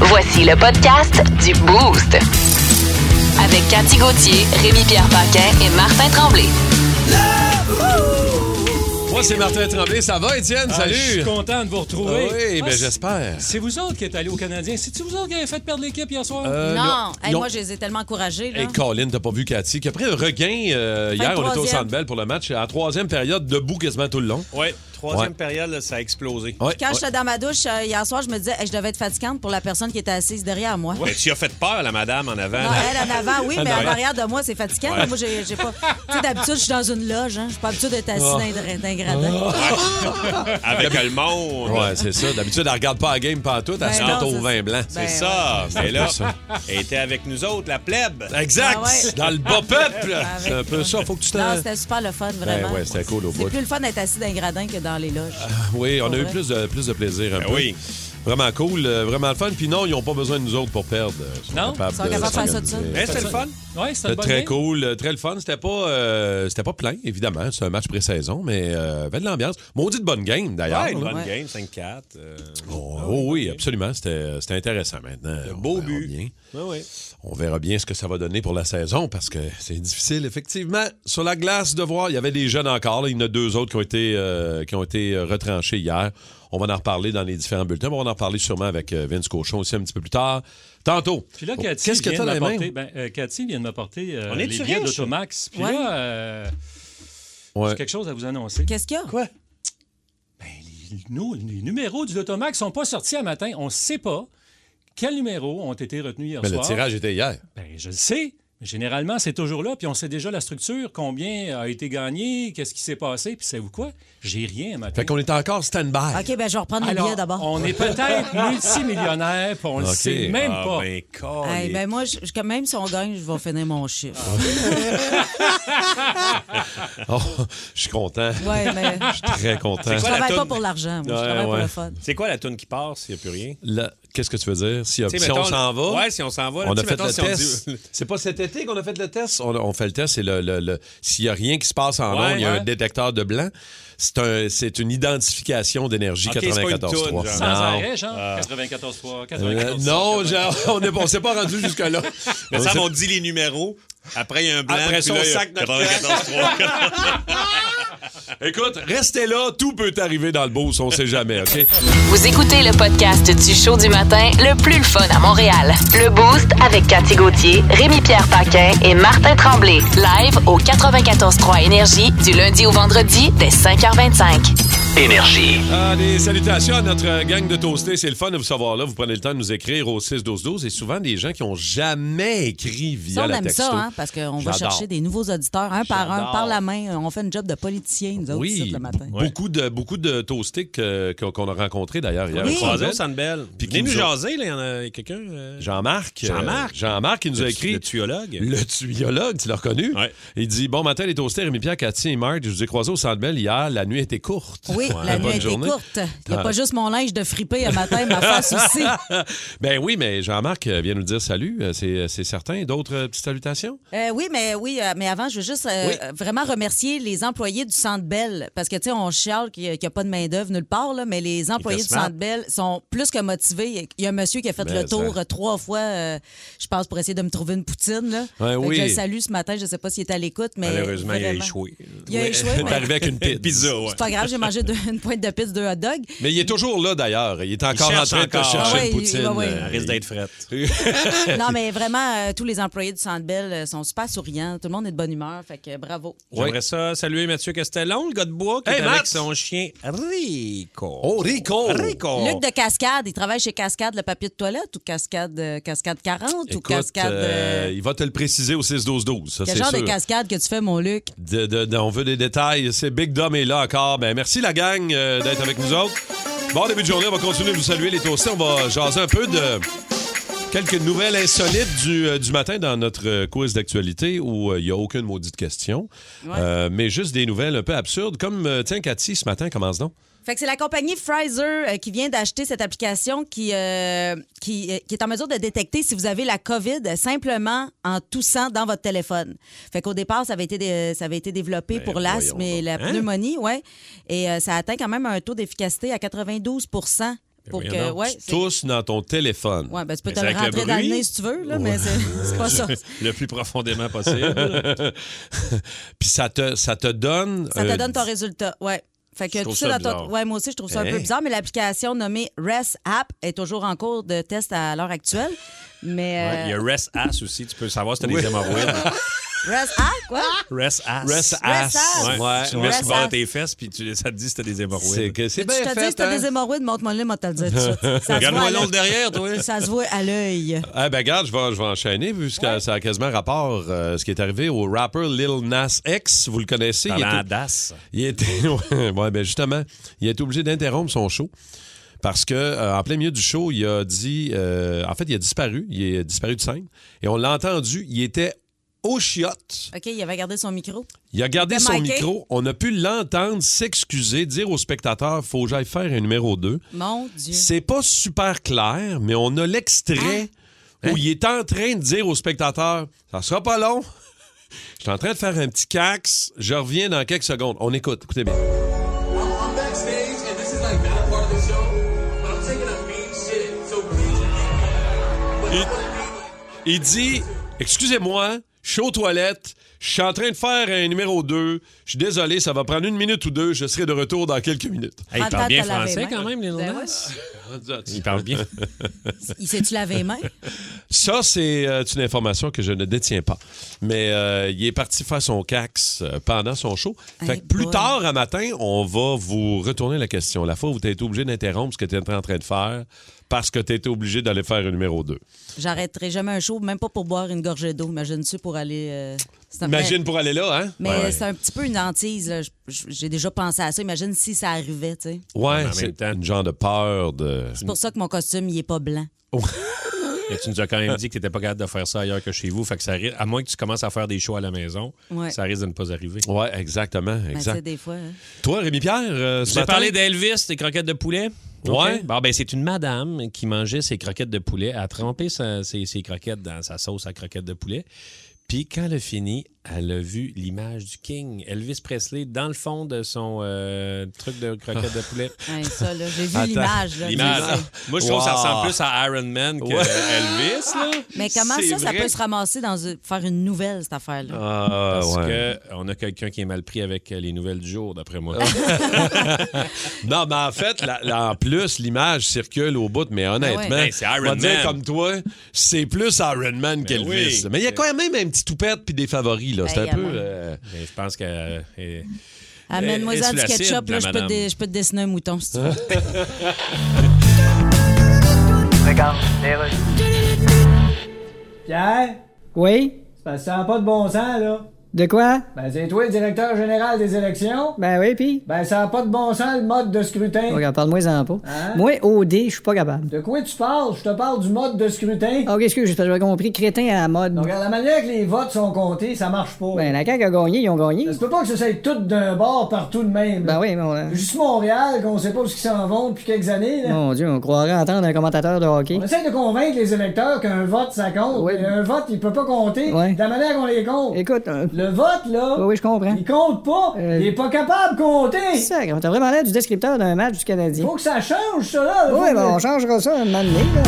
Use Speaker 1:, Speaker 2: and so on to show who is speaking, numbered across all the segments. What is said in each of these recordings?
Speaker 1: Voici le podcast du Boost. Avec Cathy Gauthier, Rémi-Pierre Paquin et Martin Tremblay.
Speaker 2: Moi, c'est Martin Tremblay. Ça va, Étienne?
Speaker 3: Ah,
Speaker 2: Salut!
Speaker 3: Je suis content de vous retrouver.
Speaker 2: Ah oui,
Speaker 3: Ah,
Speaker 2: ben,
Speaker 3: c'est-
Speaker 2: j'espère.
Speaker 3: C'est vous autres qui êtes allés au Canadien. C'est-tu vous autres qui avez fait perdre l'équipe hier soir?
Speaker 2: Euh,
Speaker 4: Non, Hey,
Speaker 2: non.
Speaker 4: moi, je les ai tellement encouragés. Là.
Speaker 2: Hey, Colin, t'as pas vu Cathy, qui a pris un regain euh, hier. On était au
Speaker 4: 23e.
Speaker 2: Centre Bell pour le match. En troisième période, debout quasiment tout le long.
Speaker 5: Oui, troisième
Speaker 2: Ouais. Ah.
Speaker 5: période, là, ça a explosé.
Speaker 2: Ouais,
Speaker 4: Quand
Speaker 2: ouais.
Speaker 4: j'étais dans ma douche euh, hier soir, je me disais, Hey, je devais être fatigante pour la personne qui était assise derrière moi.
Speaker 5: Mais tu as fait peur, la madame, en avant.
Speaker 4: Non,
Speaker 5: là.
Speaker 4: elle en avant, oui, mais
Speaker 2: Ah,
Speaker 4: en
Speaker 2: non.
Speaker 4: arrière de moi, c'est fatigant.
Speaker 5: Ouais.
Speaker 4: Moi, j'ai j'ai pas. Tu sais, d'habitude, je suis dans une loge. Hein. Je suis pas habituée d'être assise dans un dra- dans un gradin.
Speaker 2: Ah.
Speaker 5: Avec le monde.
Speaker 2: Ouais, c'est ça. D'habitude, elle regarde pas la game, pas à tout. Elle
Speaker 4: Ben
Speaker 2: se
Speaker 4: non,
Speaker 2: met au
Speaker 4: c'est
Speaker 2: vin
Speaker 4: ça.
Speaker 2: blanc.
Speaker 5: C'est
Speaker 4: Ben
Speaker 5: ça. Mais
Speaker 2: un
Speaker 5: là,
Speaker 2: peu ça.
Speaker 5: elle était avec nous autres, la plèbe.
Speaker 2: Exact!
Speaker 4: Ah ouais. Ah
Speaker 2: Dans le bas peuple! C'est un peu ça. Faut que tu t'en...
Speaker 4: Non, c'était super le fun, vraiment.
Speaker 2: Ben ouais, c'était cool au bout.
Speaker 4: C'est plus le fun d'être assis dans un gradin que dans les loges.
Speaker 2: Oui, on a
Speaker 4: Pour
Speaker 2: eu
Speaker 4: vrai.
Speaker 2: plus de, plus de plaisir un
Speaker 5: Ben
Speaker 2: peu.
Speaker 5: oui.
Speaker 2: Vraiment cool, euh, vraiment le fun. Puis non, ils n'ont pas besoin de nous autres pour perdre. Ils sont
Speaker 3: Non?
Speaker 2: capables
Speaker 4: Ils sont capables de faire ça tout seuls.
Speaker 2: s'organiser.
Speaker 5: Mais c'est le fun.
Speaker 3: oui, c'était
Speaker 2: C'était
Speaker 3: une bonne
Speaker 2: très
Speaker 3: game.
Speaker 2: cool, euh, très le fun. C'était pas, euh, c'était pas plein, évidemment. C'est un match pré-saison, mais euh, avait de l'ambiance. Maudit de bonne game, d'ailleurs.
Speaker 5: Ouais, une
Speaker 2: là.
Speaker 5: bonne
Speaker 4: Ouais.
Speaker 5: game, 5-4. euh,
Speaker 2: Oh, oh oui, absolument. C'était c'était intéressant maintenant.
Speaker 5: un
Speaker 2: On
Speaker 5: beau
Speaker 2: verra
Speaker 5: but.
Speaker 2: bien.
Speaker 5: ouais, ouais.
Speaker 2: On verra bien ce que ça va donner pour la saison parce que c'est difficile, effectivement. Sur la glace, de voir, il y avait des jeunes encore. là. Il y en a deux autres qui ont été, euh, qui ont été euh, retranchés hier. On va en reparler dans les différents bulletins. mais on va en reparler sûrement avec euh, Vince Cochon aussi un petit peu plus tard. Tantôt.
Speaker 3: Puis là,
Speaker 2: Oh,
Speaker 3: Cathy,
Speaker 2: Qu'est-ce que
Speaker 3: vient
Speaker 2: t'as
Speaker 3: de
Speaker 2: dans les mains?
Speaker 3: m'apporter- ben, euh, Cathy vient de m'apporter euh,
Speaker 5: On
Speaker 3: les
Speaker 5: est-tu
Speaker 3: billets
Speaker 5: riche?
Speaker 3: d'Automax. Puis
Speaker 4: Ouais.
Speaker 3: là, euh,
Speaker 2: Ouais.
Speaker 3: j'ai quelque chose à vous annoncer.
Speaker 4: Qu'est-ce qu'il y a?
Speaker 5: Quoi?
Speaker 3: Nous, les numéros du Lotomax ne sont pas sortis à matin. On ne sait pas quels numéros ont été retenus hier
Speaker 2: Mais Ben, le
Speaker 3: soir.
Speaker 2: tirage était hier.
Speaker 3: Ben, je le sais. Mais généralement, c'est toujours là, puis on sait déjà la structure, combien a été gagné, qu'est-ce qui s'est passé, puis savez-vous quoi? J'ai rien à matin.
Speaker 2: Fait qu'on est encore stand-by.
Speaker 4: OK, ben je vais reprendre les
Speaker 3: Alors,
Speaker 4: billets d'abord.
Speaker 3: On est peut-être multimillionnaire, puis on le
Speaker 2: Ok.
Speaker 3: sait même
Speaker 5: Ah,
Speaker 3: pas.
Speaker 5: ben,
Speaker 4: Hey,
Speaker 5: calé.
Speaker 4: ben moi, je- je- même si on gagne, je vais finir mon chiffre.
Speaker 2: Ah. Oh, je suis content.
Speaker 4: Ouais, mais je
Speaker 2: Très content.
Speaker 5: C'est quoi la
Speaker 4: travaille pas
Speaker 5: toune?
Speaker 4: pour l'argent. Moi, je
Speaker 2: Ouais,
Speaker 4: travaille pour
Speaker 2: ouais.
Speaker 4: le fun.
Speaker 5: C'est quoi la toune qui part s'il n'y a plus rien?
Speaker 2: Là, Qu'est-ce que tu veux dire? Si,
Speaker 5: Tu sais,
Speaker 2: si
Speaker 5: mettons,
Speaker 2: on s'en va,
Speaker 5: Ouais, si on s'en va. là,
Speaker 2: on
Speaker 5: tu
Speaker 2: a
Speaker 5: sais,
Speaker 2: fait
Speaker 5: mettons,
Speaker 2: le
Speaker 5: si on
Speaker 2: test.
Speaker 5: dit-
Speaker 2: C'est pas cet été qu'on a fait le test? On, on fait le test, c'est le, le- le- s'il n'y a rien qui se passe en
Speaker 5: Ouais,
Speaker 2: ondes, il y a
Speaker 5: ouais.
Speaker 2: un détecteur de blanc. C'est un- c'est une identification d'énergie
Speaker 5: Ok, c'est pas une
Speaker 2: 94.3.
Speaker 5: toune, genre.
Speaker 3: Sans
Speaker 2: Non.
Speaker 3: arrêt, genre. 94 fois,
Speaker 2: Euh,
Speaker 3: 94
Speaker 2: non, genre, on est- on s'est pas rendu jusque-là.
Speaker 5: Mais ça, on dit les numéros. Après, il y a un blanc.
Speaker 2: Après
Speaker 5: puis
Speaker 2: ça,
Speaker 5: là,
Speaker 2: on
Speaker 5: il y a
Speaker 2: sac notre
Speaker 5: 94-3.
Speaker 2: Écoute, restez là, tout peut arriver dans le beau, on sait jamais, OK?
Speaker 1: Vous écoutez le podcast du show du matin, le plus le fun à Montréal. Le Boost avec Cathy Gauthier, Rémi-Pierre Paquin et Martin Tremblay. Live au 94.3 Énergie du lundi au vendredi dès 5h25.
Speaker 6: Énergie.
Speaker 2: Ah, des salutations à notre gang de toastés. C'est le fun de vous savoir là. Vous prenez le temps de nous écrire au 6-12-12 et souvent des gens qui ont jamais écrit via
Speaker 4: Ça, on
Speaker 2: la
Speaker 4: aime
Speaker 2: texto.
Speaker 4: ça, hein, parce qu'on va
Speaker 2: J'adore.
Speaker 4: chercher des nouveaux auditeurs, un par
Speaker 2: J'adore.
Speaker 4: un, par la main. On fait une job de politicien, nous autres, ici,
Speaker 2: Oui,
Speaker 4: le matin.
Speaker 2: b- beaucoup de, beaucoup de toastés que- qu'on qu'on a rencontrés d'ailleurs hier.
Speaker 4: Oui.
Speaker 2: au Croisette.
Speaker 5: Croisons, Sandbell.
Speaker 2: Puis qui
Speaker 5: Venez nous
Speaker 2: nous a-
Speaker 5: jaser, là. Il y en a quelqu'un. euh,
Speaker 2: Jean-Marc. euh,
Speaker 5: Jean-Marc.
Speaker 2: Jean-Marc, il nous a
Speaker 5: le-
Speaker 2: écrit.
Speaker 5: Le tuyologue.
Speaker 2: Le tuyologue, tu l'as reconnu?
Speaker 5: Ouais.
Speaker 2: Il dit Bon matin, les toastés, Rémi Pierre, Cathy et Marc. Je vous ai croisés au Centre Bell hier. La nuit était courte.
Speaker 4: Oui,
Speaker 2: Ouais.
Speaker 4: la nuit
Speaker 2: Bonne
Speaker 4: a été
Speaker 2: journée.
Speaker 4: courte. Il n'y
Speaker 2: Ah.
Speaker 4: a pas juste mon linge de fripé le matin, ma face aussi.
Speaker 2: ben oui, mais Jean-Marc euh, vient nous dire salut, euh, c'est c'est certain. D'autres euh, petites salutations?
Speaker 4: Euh, oui, mais oui, euh, mais avant, je veux juste euh,
Speaker 2: Oui.
Speaker 4: euh, vraiment remercier les employés du Centre Bell parce que tu sais, on chiale qu'il n'y a, qu'il y a pas de main d'œuvre nulle part là, mais les employés du
Speaker 5: smart.
Speaker 4: Centre Bell sont plus que motivés. Il y a un monsieur qui a fait
Speaker 2: Mais
Speaker 4: le tour
Speaker 2: ça.
Speaker 4: euh, trois fois, euh, je pense, pour essayer de me trouver une poutine là.
Speaker 2: Ouais,
Speaker 4: Fait que
Speaker 2: oui.
Speaker 4: Je le salue ce matin. Je ne sais pas s'il est à l'écoute, mais
Speaker 5: Malheureusement, il a
Speaker 4: vraiment.
Speaker 5: échoué.
Speaker 4: Il a
Speaker 2: Oui,
Speaker 4: échoué,
Speaker 2: T'es
Speaker 4: mais
Speaker 2: arrivé avec une pizza.
Speaker 5: Pizza, ouais.
Speaker 4: c'est pas grave. J'ai mangé deux- une pointe de pizza, deux hot dogs.
Speaker 2: Mais il est toujours là d'ailleurs. Il est encore en
Speaker 5: cherche
Speaker 2: train de te
Speaker 5: encore.
Speaker 2: chercher
Speaker 4: Ah ouais,
Speaker 2: une
Speaker 4: il-
Speaker 2: poutine.
Speaker 4: ouais, ouais.
Speaker 2: Euh,
Speaker 5: Elle risque d'être frette.
Speaker 4: non, mais vraiment, euh, tous les employés du Centre Bell euh, sont super souriants. Tout le monde est de bonne humeur. Fait que euh, bravo.
Speaker 5: J'aimerais ça saluer Mathieu Castellon, le gars de bois, qui
Speaker 2: Hey,
Speaker 5: est
Speaker 2: Matt!
Speaker 5: avec son chien Rico.
Speaker 2: Oh, Rico!
Speaker 5: Rico!
Speaker 4: Luc de Cascade, il travaille chez Cascade, le papier de toilette ou Cascade, euh, cascade 40 ou
Speaker 2: Écoute,
Speaker 4: Cascade.
Speaker 2: euh,
Speaker 4: euh,
Speaker 2: il va te le préciser au 6-12-12. ça,
Speaker 4: quel
Speaker 2: c'est
Speaker 4: genre
Speaker 2: sûr.
Speaker 4: de cascade que tu fais, mon Luc?
Speaker 2: De- de- de- on veut des détails. C'est Big Dom est là encore. Ben, merci la gang euh, d'être avec nous autres. Bon début de journée, on va continuer de vous saluer les toastés. On va jaser un peu de quelques nouvelles insolites du, euh, du matin dans notre euh, quiz d'actualité où euh, il n'y a aucune maudite question, Euh, mais juste des nouvelles un peu absurdes. Comme, euh, tiens, Cathy, ce matin, commence donc.
Speaker 4: Fait que c'est la compagnie Pfizer euh, qui vient d'acheter cette application qui, euh, qui, euh, qui est en mesure de détecter si vous avez la COVID simplement en toussant dans votre téléphone. Fait qu'au départ, ça avait été, dé- euh, ça avait été
Speaker 7: Ben,
Speaker 4: développé pour l'asthme et la
Speaker 7: hein?
Speaker 4: pneumonie, ouais. Et euh, ça atteint quand même un taux d'efficacité à 92 pour
Speaker 7: Ben, voyons
Speaker 4: que,
Speaker 7: donc.
Speaker 4: ouais,
Speaker 2: Tu
Speaker 4: c'est-
Speaker 2: tousses dans ton téléphone.
Speaker 4: Ouais, ben, tu peux
Speaker 7: Mais
Speaker 4: te
Speaker 7: c'est
Speaker 4: le
Speaker 7: avec le
Speaker 4: rentrer dans le
Speaker 7: bruit.
Speaker 4: nez si tu veux, là, mais c'est c'est pas ça.
Speaker 7: Le plus profondément possible.
Speaker 2: Puis ça te, ça te donne.
Speaker 4: Ça te
Speaker 2: euh,
Speaker 4: donne ton résultat, ouais. Fait que
Speaker 2: trouve
Speaker 4: tout ça,
Speaker 2: ça
Speaker 4: dans ton-
Speaker 2: bizarre.
Speaker 4: Ouais, moi aussi, je trouve ça un
Speaker 7: Hein?
Speaker 4: peu
Speaker 2: Hey.
Speaker 4: bizarre, mais l'application nommée Rest App est toujours en cours de test à l'heure actuelle.
Speaker 7: Ouais,
Speaker 4: Mais
Speaker 7: Il y
Speaker 4: euh,
Speaker 7: a Rest Ass aussi. Tu peux savoir si t'as
Speaker 2: Oui.
Speaker 7: des hémorroïdes.
Speaker 4: Rest App, quoi?
Speaker 7: Rest Ass.
Speaker 2: Rest
Speaker 4: Ass.
Speaker 7: Ouais.
Speaker 2: Ouais.
Speaker 7: Tu le mets sur
Speaker 4: Rest
Speaker 7: le bord de
Speaker 4: Ass.
Speaker 7: tes fesses, puis tu- ça te dit si t'as des
Speaker 2: C'est
Speaker 7: hémorroïdes.
Speaker 2: que c'est
Speaker 4: Tu
Speaker 2: bien
Speaker 4: te dis,
Speaker 2: fait.
Speaker 4: si t'as
Speaker 2: hein?
Speaker 4: des hémorroïdes, montre-moi le, moi, te le dire tout de suite. Ça se voit à
Speaker 7: Regarde-moi
Speaker 4: l'œil.
Speaker 7: l'autre derrière, toi.
Speaker 4: Ça se voit à l'œil.
Speaker 2: Ah ben regarde, je vais, je vais enchaîner vu que ça a quasiment rapport euh, ce qui est arrivé au rapper Lil Nas X. Vous le connaissez. il
Speaker 7: Parlant
Speaker 2: était-
Speaker 7: d'Ass.
Speaker 2: Il était, ouais, ouais, ben justement, il est obligé d'interrompre son show parce que euh, en plein milieu du show, il a dit, euh, en fait, il a disparu, il est disparu de scène et on l'a entendu, il était au chiottes.
Speaker 4: OK, il avait gardé son micro.
Speaker 2: Il a gardé
Speaker 4: Il était
Speaker 2: son
Speaker 4: miqué.
Speaker 2: micro, on a pu l'entendre s'excuser, dire aux spectateurs, faut que j'aille faire un numéro 2.
Speaker 4: Mon Dieu.
Speaker 2: C'est pas super clair, mais on a l'extrait où il est en train de dire aux spectateurs Ça sera pas long. Je suis en train de faire un petit cax. Je reviens dans quelques secondes. On écoute. Écoutez bien.
Speaker 6: I'm backstage, and this is like not part of the show, but I'm taking a mean shit, so please. But it's gonna be like.
Speaker 2: Il dit Excusez-moi, je suis aux toilettes. Je suis en train de faire un numéro 2. Je suis désolé, ça va prendre une minute ou deux. Je serai de retour dans quelques minutes.
Speaker 7: Hey, il
Speaker 4: Attends,
Speaker 7: parle bien
Speaker 4: t'as lavé
Speaker 7: français
Speaker 4: les mains.
Speaker 7: quand même, les
Speaker 4: Ben
Speaker 7: Nas.
Speaker 2: Il
Speaker 7: Il parle bien.
Speaker 4: Il s'est-tu lavé les mains?
Speaker 2: Ça, c'est euh, une information que je ne détiens pas. Mais euh, il est parti faire son cax euh, pendant son show. Fait
Speaker 4: Hey
Speaker 2: que plus
Speaker 4: boy.
Speaker 2: tard, à matin, on va vous retourner la question. La fois où tu as été obligé d'interrompre ce que tu étais en train de faire parce que tu étais obligé d'aller faire le numéro 2.
Speaker 4: J'arrêterai jamais un show, même pas pour boire une gorgée d'eau. Imagine-tu pour aller. euh, c'est un-
Speaker 2: Imagine pour aller là, hein?
Speaker 4: Mais, mais
Speaker 2: ouais,
Speaker 4: c'est un petit peu une hantise. là. J- j- J'ai déjà pensé à ça. Imagine si ça arrivait, tu sais.
Speaker 2: Ouais,
Speaker 7: en même
Speaker 2: c'est
Speaker 7: temps.
Speaker 2: une genre de peur de...
Speaker 4: C'est pour ça que mon costume, il est pas blanc.
Speaker 7: Et tu nous as quand même dit que tu n'étais pas capable de faire ça ailleurs que chez vous. Fait que ça ri- à moins que tu commences à faire des shows à la maison,
Speaker 4: Ouais.
Speaker 7: ça risque de ne pas arriver.
Speaker 2: Ouais, exactement,
Speaker 4: Mais tu sais,
Speaker 2: exact.
Speaker 4: des fois. hein.
Speaker 2: Toi, Rémi-Pierre, euh, ce
Speaker 7: J'ai
Speaker 2: matin-
Speaker 7: parlé d'Elvis, des croquettes de poulet.
Speaker 2: Ouais.
Speaker 7: OK. Bon, ben, c'est une madame qui mangeait ses croquettes de poulet, a trempé sa- ses, ses croquettes dans sa sauce à croquettes de poulet. Puis quand elle a fini, elle a vu l'image du King, Elvis Presley, dans le fond de son euh, truc de croquettes de poulet.
Speaker 4: Ouais, ça, là, J'ai vu
Speaker 2: Attends.
Speaker 4: l'image. là.
Speaker 7: L'image. Moi, je trouve que ça
Speaker 2: Wow.
Speaker 7: ressemble plus à Iron Man que
Speaker 2: Ouais.
Speaker 7: Elvis. Là,
Speaker 4: Mais comment
Speaker 2: C'est
Speaker 4: ça, ça
Speaker 2: vrai.
Speaker 4: peut se ramasser dans une- faire une nouvelle, cette affaire-là?
Speaker 2: Ah,
Speaker 7: parce
Speaker 2: ouais.
Speaker 7: qu'on a quelqu'un qui est mal pris avec euh, les nouvelles du jour, d'après moi.
Speaker 2: Non, mais en fait, la- la- en plus, l'image circule au bout, mais honnêtement,
Speaker 7: ouais. Hey, Ben, c'est Iron
Speaker 2: on va dire
Speaker 7: Man. Ben
Speaker 2: comme toi, c'est plus Iron Man qu'Elvis.
Speaker 7: oui.
Speaker 2: Mais il y a quand même un petit toupette puis des favoris, là. C'est
Speaker 4: Hey,
Speaker 2: un peu.
Speaker 4: Iron Man.
Speaker 2: euh,
Speaker 7: Mais je pense que... euh, euh,
Speaker 4: Amène-moi
Speaker 7: elle est
Speaker 4: ça
Speaker 7: sous
Speaker 4: du
Speaker 7: l'acide,
Speaker 4: ketchup, là,
Speaker 7: la
Speaker 4: je peux, te, dé-
Speaker 7: madame.
Speaker 4: je peux te dessiner un mouton, si tu veux.
Speaker 8: Pierre,
Speaker 1: Oui?
Speaker 8: c'est parce que ça n'a pas de bon sens, là.
Speaker 1: De quoi?
Speaker 8: Ben, c'est toi le directeur général des élections.
Speaker 1: Ben oui, puis?
Speaker 8: Ben, ça n'a pas de bon sens, le mode de scrutin.
Speaker 1: Regarde, parle-moi-en pas.
Speaker 8: Hein?
Speaker 1: Moi, OD, je suis pas capable.
Speaker 8: De quoi tu parles? Je te parle du mode de scrutin.
Speaker 1: Ah, Ok, excuse, j'ai pas compris. Crétin à la mode.
Speaker 8: Donc, à la manière que les votes sont comptés, ça marche pas.
Speaker 1: Ben, la CAQ a gagné, ils ont gagné.
Speaker 8: Ça se peut pas que ça soit tout d'un bord partout de même. là.
Speaker 1: Ben oui, mais on, euh,
Speaker 8: Juste Montréal, qu'on sait pas où ils s'en vont depuis quelques années, là.
Speaker 1: Mon Dieu, on croirait entendre un commentateur de hockey.
Speaker 8: On essaie de convaincre les électeurs qu'un vote, ça compte.
Speaker 1: Ouais.
Speaker 8: mais Un vote, il peut pas compter
Speaker 1: Ouais.
Speaker 8: de la manière qu'on les compte.
Speaker 1: Écoute, euh,
Speaker 8: Le vote, là,
Speaker 1: oui, oui, je comprends.
Speaker 8: il compte pas.
Speaker 1: Euh,
Speaker 8: Il est pas capable de compter.
Speaker 1: Sac, on t'a vraiment l'air du descripteur d'un match du Canadien.
Speaker 8: Faut que ça change, ça, là.
Speaker 1: Oui, ben,
Speaker 8: Faut que-
Speaker 1: on changera ça un moment donné, là.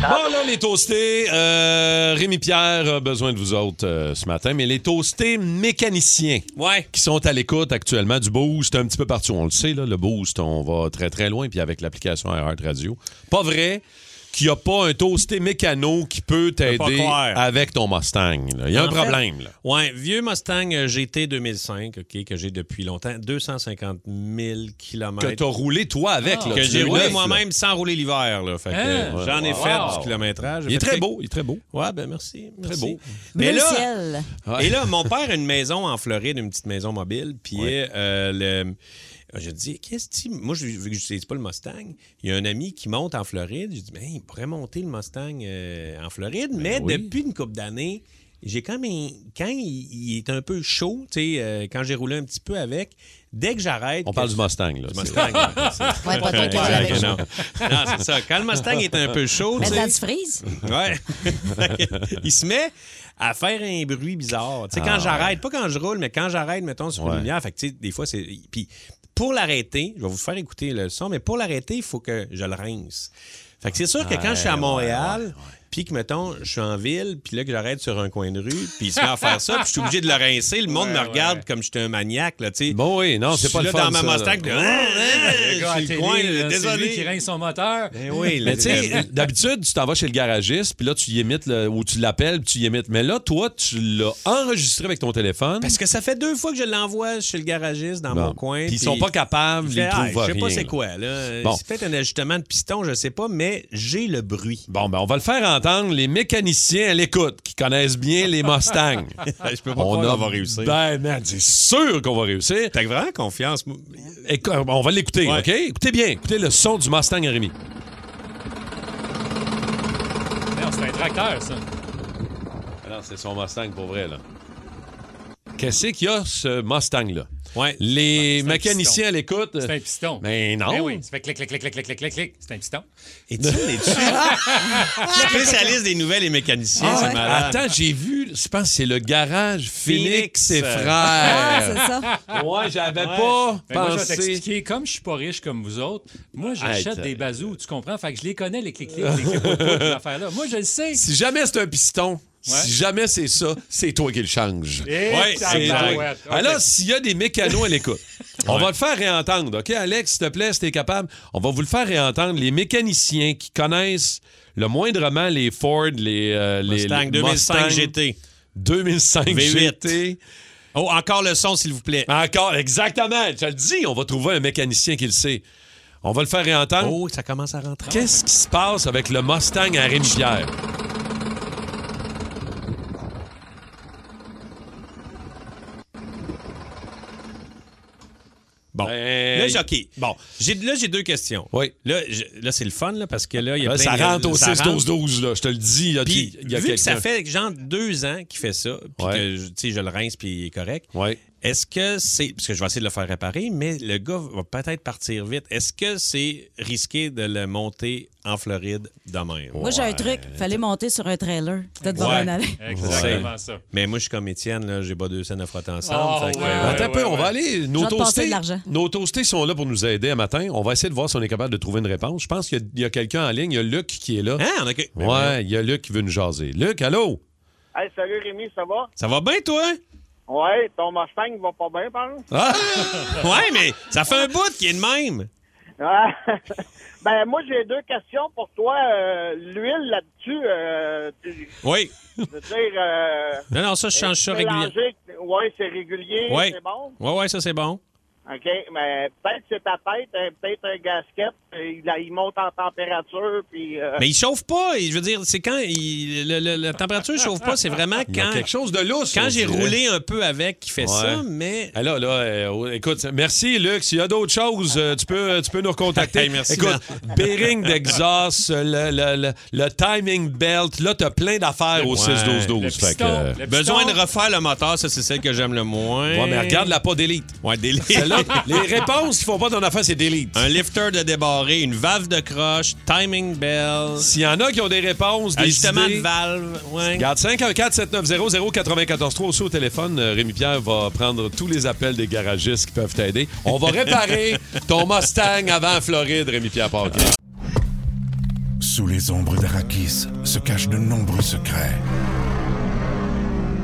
Speaker 2: Bon, là, les toastés, euh, Rémi Pierre a besoin de vous autres euh, ce matin, mais les toastés mécaniciens
Speaker 7: ouais.
Speaker 2: qui sont à l'écoute actuellement du boost un petit peu partout. On le sait, là, le boost, on va très très loin, puis avec l'application iHeartRadio. Radio. Pas vrai qu'il n'y a pas un toasté mécano qui peut
Speaker 7: pas
Speaker 2: t'aider
Speaker 7: croire.
Speaker 2: avec ton Mustang. là. Il y a un
Speaker 7: En fait,
Speaker 2: problème. là.
Speaker 7: Ouais, vieux Mustang euh, GT 2005, OK, que j'ai depuis longtemps, 250 000 km.
Speaker 2: que t'as roulé toi avec. là.
Speaker 7: Ah. que
Speaker 2: Tu
Speaker 7: j'ai
Speaker 2: l'as eu
Speaker 7: roulé
Speaker 2: neuf,
Speaker 7: moi-même sans rouler l'hiver. là. Fait que,
Speaker 9: Hein?
Speaker 7: euh, J'en ai
Speaker 2: Wow.
Speaker 7: fait du kilométrage.
Speaker 2: là. Il est très beau, il est très beau.
Speaker 7: Ouais, ben merci. merci.
Speaker 2: beau.
Speaker 7: Mais
Speaker 4: Bleu
Speaker 7: là,
Speaker 4: ciel.
Speaker 7: et là, mon père a une maison en Floride, une petite maison mobile, puis euh, le- J'ai dit, qu'est-ce que Moi, je, vu que je n'utilise pas le Mustang, il y a un ami qui monte en Floride. J'ai dit, ben, il pourrait monter le Mustang euh, en Floride, mais
Speaker 2: Ben oui.
Speaker 7: depuis une couple d'années, j'ai quand même. Quand il, il est un peu chaud, tu sais, euh, quand j'ai roulé un petit peu avec, dès que j'arrête.
Speaker 2: On
Speaker 7: que
Speaker 2: parle
Speaker 7: je-
Speaker 2: du Mustang,
Speaker 7: du
Speaker 2: là. C'est-
Speaker 7: Mustang, ouais, c'est-
Speaker 4: Ouais, pas toi qui
Speaker 7: Ouais,
Speaker 4: roule avec.
Speaker 7: non. Non, c'est ça. Quand le Mustang est un peu chaud,
Speaker 4: Mais
Speaker 7: tu sais-
Speaker 4: ça se frise.
Speaker 7: Ouais. il se met à faire un bruit bizarre. Tu sais, quand j'arrête, pas quand je roule, mais quand j'arrête, mettons, sur
Speaker 2: Ah Ouais.
Speaker 7: une lumière, fait que, tu sais, des fois, c'est. Puis pour l'arrêter, je vais vous faire écouter le son, mais pour l'arrêter, il faut que je le rince. Fait que c'est sûr que quand je suis à
Speaker 2: Ouais,
Speaker 7: Montréal,
Speaker 2: ouais, ouais, ouais.
Speaker 7: puis que, mettons, je suis en ville, puis là, que j'arrête sur un coin de rue, puis il se met à faire ça, puis je suis obligé de le rincer, le monde
Speaker 3: Ouais,
Speaker 7: me
Speaker 3: ouais.
Speaker 7: regarde comme j'étais un maniaque, là, tu sais.
Speaker 2: Bon, oui, non,
Speaker 7: Je
Speaker 2: c'est
Speaker 7: suis
Speaker 2: pas le
Speaker 7: là
Speaker 2: fun,
Speaker 7: dans ma
Speaker 2: ça, là.
Speaker 7: Mustang, puis,
Speaker 3: Le gars à
Speaker 7: je suis
Speaker 3: télé,
Speaker 7: le coin,
Speaker 3: là, c'est
Speaker 7: désolé.
Speaker 3: lui qui rince son moteur.
Speaker 7: Eh oui,
Speaker 2: Mais
Speaker 7: le-
Speaker 2: tu sais, euh, d'habitude, tu t'en vas chez le garagiste, puis là, tu y imites, le- ou tu l'appelles, puis tu y imites. Mais là, toi, tu l'as enregistré avec ton téléphone.
Speaker 7: Parce que ça fait deux fois que je l'envoie chez le garagiste dans
Speaker 2: Bon.
Speaker 7: mon coin.
Speaker 2: Puis ils sont pas capables,
Speaker 7: Je
Speaker 2: ils
Speaker 7: fais,
Speaker 2: trouvent
Speaker 7: Ah, Je sais
Speaker 2: rien,
Speaker 7: pas c'est
Speaker 2: là.
Speaker 7: quoi. Là.
Speaker 2: Bon.
Speaker 7: C'est peut-être un ajustement de piston, je sais pas, mais j'ai le bruit.
Speaker 2: Bon, ben, on va le faire entendre les mécaniciens à l'écoute qui connaissent bien les Mustangs.
Speaker 7: je peux
Speaker 2: on
Speaker 7: croire
Speaker 2: a-
Speaker 7: qu'on va réussir.
Speaker 2: Ben, man, c'est sûr qu'on va réussir.
Speaker 7: T'as vraiment confiance. moi.
Speaker 2: Écou- on va l'écouter,
Speaker 7: Ouais.
Speaker 2: OK? Écoutez bien. Écoutez le son du Mustang à Rémi.
Speaker 3: Non, C'est un tracteur, ça.
Speaker 2: Alors, c'est son Mustang pour vrai, là. Qu'est-ce qu'il y a, ce Mustang-là?
Speaker 7: Ouais.
Speaker 2: Les
Speaker 3: c'est un
Speaker 2: mécaniciens
Speaker 3: piston.
Speaker 2: à l'écoute.
Speaker 3: C'est un piston.
Speaker 2: Mais non.
Speaker 3: Ben oui, ça fait clic, clic, clic, clic, clic, clic, clic, clic. C'est un piston.
Speaker 7: Es-tu es-tu- spécialiste des nouvelles et mécaniciens?
Speaker 2: Ah,
Speaker 7: c'est
Speaker 2: ouais.
Speaker 7: malade.
Speaker 2: Attends, j'ai vu, je pense que c'est le garage Phoenix,
Speaker 7: Phoenix.
Speaker 2: et
Speaker 4: Ah,
Speaker 2: frères.
Speaker 4: c'est ça.
Speaker 2: ouais, j'avais pas
Speaker 3: Fait que Ben, moi, je vais
Speaker 2: pensé.
Speaker 3: t'expliquer, comme je suis pas riche comme vous autres, moi,
Speaker 2: Hey,
Speaker 3: j'achète
Speaker 2: t'as-
Speaker 3: des bazous, tu comprends? Fait que je les connais, les clics, clics, les clics, là Moi, je le sais.
Speaker 2: Si jamais c'est un piston, si jamais c'est ça, c'est toi qui le changes.
Speaker 3: Eh,
Speaker 7: Ouais,
Speaker 3: ça
Speaker 7: c'est
Speaker 3: barouette.
Speaker 7: vrai.
Speaker 3: OK.
Speaker 2: Alors, s'il y a des mécanos à l'écoute, on va le faire réentendre. OK, Alex, s'il te plaît, si t'es capable, on va vous le faire réentendre. Les mécaniciens qui connaissent le moindrement les Ford, les, euh, les
Speaker 7: Mustang
Speaker 2: les
Speaker 7: 2005
Speaker 2: Mustang,
Speaker 7: GT.
Speaker 2: 2005
Speaker 7: V8.
Speaker 2: GT.
Speaker 7: Oh, encore le son, s'il vous plaît.
Speaker 2: Encore, exactement. Je te le dis, on va trouver un mécanicien qui le sait. On va le faire réentendre.
Speaker 7: Oh, ça commence à rentrer.
Speaker 2: Qu'est-ce qui se passe avec le Mustang à Rémi-Pierre?
Speaker 7: Bon.
Speaker 2: Ben-
Speaker 7: Là, j'ai- OK.
Speaker 2: Bon.
Speaker 7: J'ai- Là, j'ai deux questions.
Speaker 2: Oui.
Speaker 7: Là, je- là, c'est le fun, là, parce que là, il y a
Speaker 2: Là,
Speaker 7: plein
Speaker 2: ça
Speaker 7: de-
Speaker 2: rentre au
Speaker 7: ça rentre.
Speaker 2: 6-12-12, là. Je te le dis. là,
Speaker 7: Puis,
Speaker 2: il y a
Speaker 7: vu que ça
Speaker 2: quelqu'un.
Speaker 7: fait genre deux ans qu'il fait ça, puis
Speaker 2: Ouais.
Speaker 7: que je- tu sais, je le rince, puis il est correct.
Speaker 2: Ouais.
Speaker 7: Est-ce que c'est. Parce que je vais essayer de le faire réparer, mais le gars va peut-être partir vite. Est-ce que c'est risqué de le monter en Floride demain?
Speaker 4: Moi, j'ai un truc. Fallait monter sur un trailer. Peut-être
Speaker 7: Ouais.
Speaker 4: va bien aller.
Speaker 3: Exactement ça.
Speaker 7: Mais moi, je suis comme Étienne, là, j'ai pas deux scènes à frotter ensemble.
Speaker 3: Oh,
Speaker 7: fait que- euh,
Speaker 3: ouais.
Speaker 4: Euh,
Speaker 7: Attends,
Speaker 2: Attends un peu,
Speaker 3: ouais,
Speaker 2: on va
Speaker 3: ouais.
Speaker 2: aller. Nos
Speaker 4: J'en ai passé
Speaker 2: toastés,
Speaker 4: de l'argent.
Speaker 2: nos toastés sont là pour nous aider à matin. On va essayer de voir si on est capable de trouver une réponse. Je pense qu'il y a- il y a, quelqu'un en ligne. Il y a Luc qui est là.
Speaker 7: Hein, on a que- Mais voyons.
Speaker 2: Ouais, il y a Luc qui veut nous jaser. Luc, allô?
Speaker 10: Hey, salut Rémi, ça va?
Speaker 7: Ça va bien, toi?
Speaker 10: Ouais, ton Mustang va pas bien, par exemple?
Speaker 7: Ah! ouais, mais ça fait un bout qu'il est de même.
Speaker 10: Ouais. Ah. ben, moi, j'ai deux questions pour toi. Euh, L'huile là-dessus, euh, tu-
Speaker 7: Oui.
Speaker 10: je veux dire. Euh,
Speaker 7: Non, non, ça, je change ça régulièrement.
Speaker 10: mélanger, Ouais, c'est régulier,
Speaker 7: Oui.
Speaker 10: c'est bon.
Speaker 7: Ouais, ouais, ça, c'est bon.
Speaker 10: OK, mais peut-être c'est ta tête, hein, peut-être un gasket, euh, il, il monte en température, puis. euh,
Speaker 7: Mais il chauffe pas. Il- Je veux dire, c'est quand il- le- le- la température chauffe pas, c'est vraiment
Speaker 2: Il y a
Speaker 7: quand,
Speaker 2: quelque chose de lousse. on
Speaker 7: quand j'ai
Speaker 2: dirait.
Speaker 7: roulé un peu avec qui fait
Speaker 2: Ouais.
Speaker 7: ça, mais.
Speaker 2: Alors là, euh, écoute, merci Luc. S'il y a d'autres choses, euh, tu peux, tu peux nous recontacter.
Speaker 7: Hey, merci,
Speaker 2: écoute, Bering d'Exhaust, le, le- le- le timing belt, là, t'as plein d'affaires au
Speaker 7: Ouais.
Speaker 2: 6-12-12.
Speaker 3: Le
Speaker 2: fait que,
Speaker 3: piston,
Speaker 2: euh,
Speaker 3: le
Speaker 7: Besoin
Speaker 3: piston.
Speaker 7: de refaire le moteur, ça, c'est celle que j'aime le moins.
Speaker 2: ouais, mais regarde la pas d'élite.
Speaker 7: Ouais, des-
Speaker 2: Celle-là, les réponses qui font pas ton affaire, c'est d'élite.
Speaker 7: Un lifter de débarré, une valve de croche, timing bell,
Speaker 2: S'il y en a qui ont des réponses, des
Speaker 7: ajustement
Speaker 2: idées,
Speaker 7: de valve. Ouais.
Speaker 2: Garde 514 790 0943 aussi au téléphone. Euh, Rémi Pierre va prendre tous les appels des garagistes qui peuvent t'aider. On va réparer ton Mustang avant Floride, Rémi Pierre Parquet.
Speaker 11: Sous les ombres d'Arakis se cachent de nombreux secrets.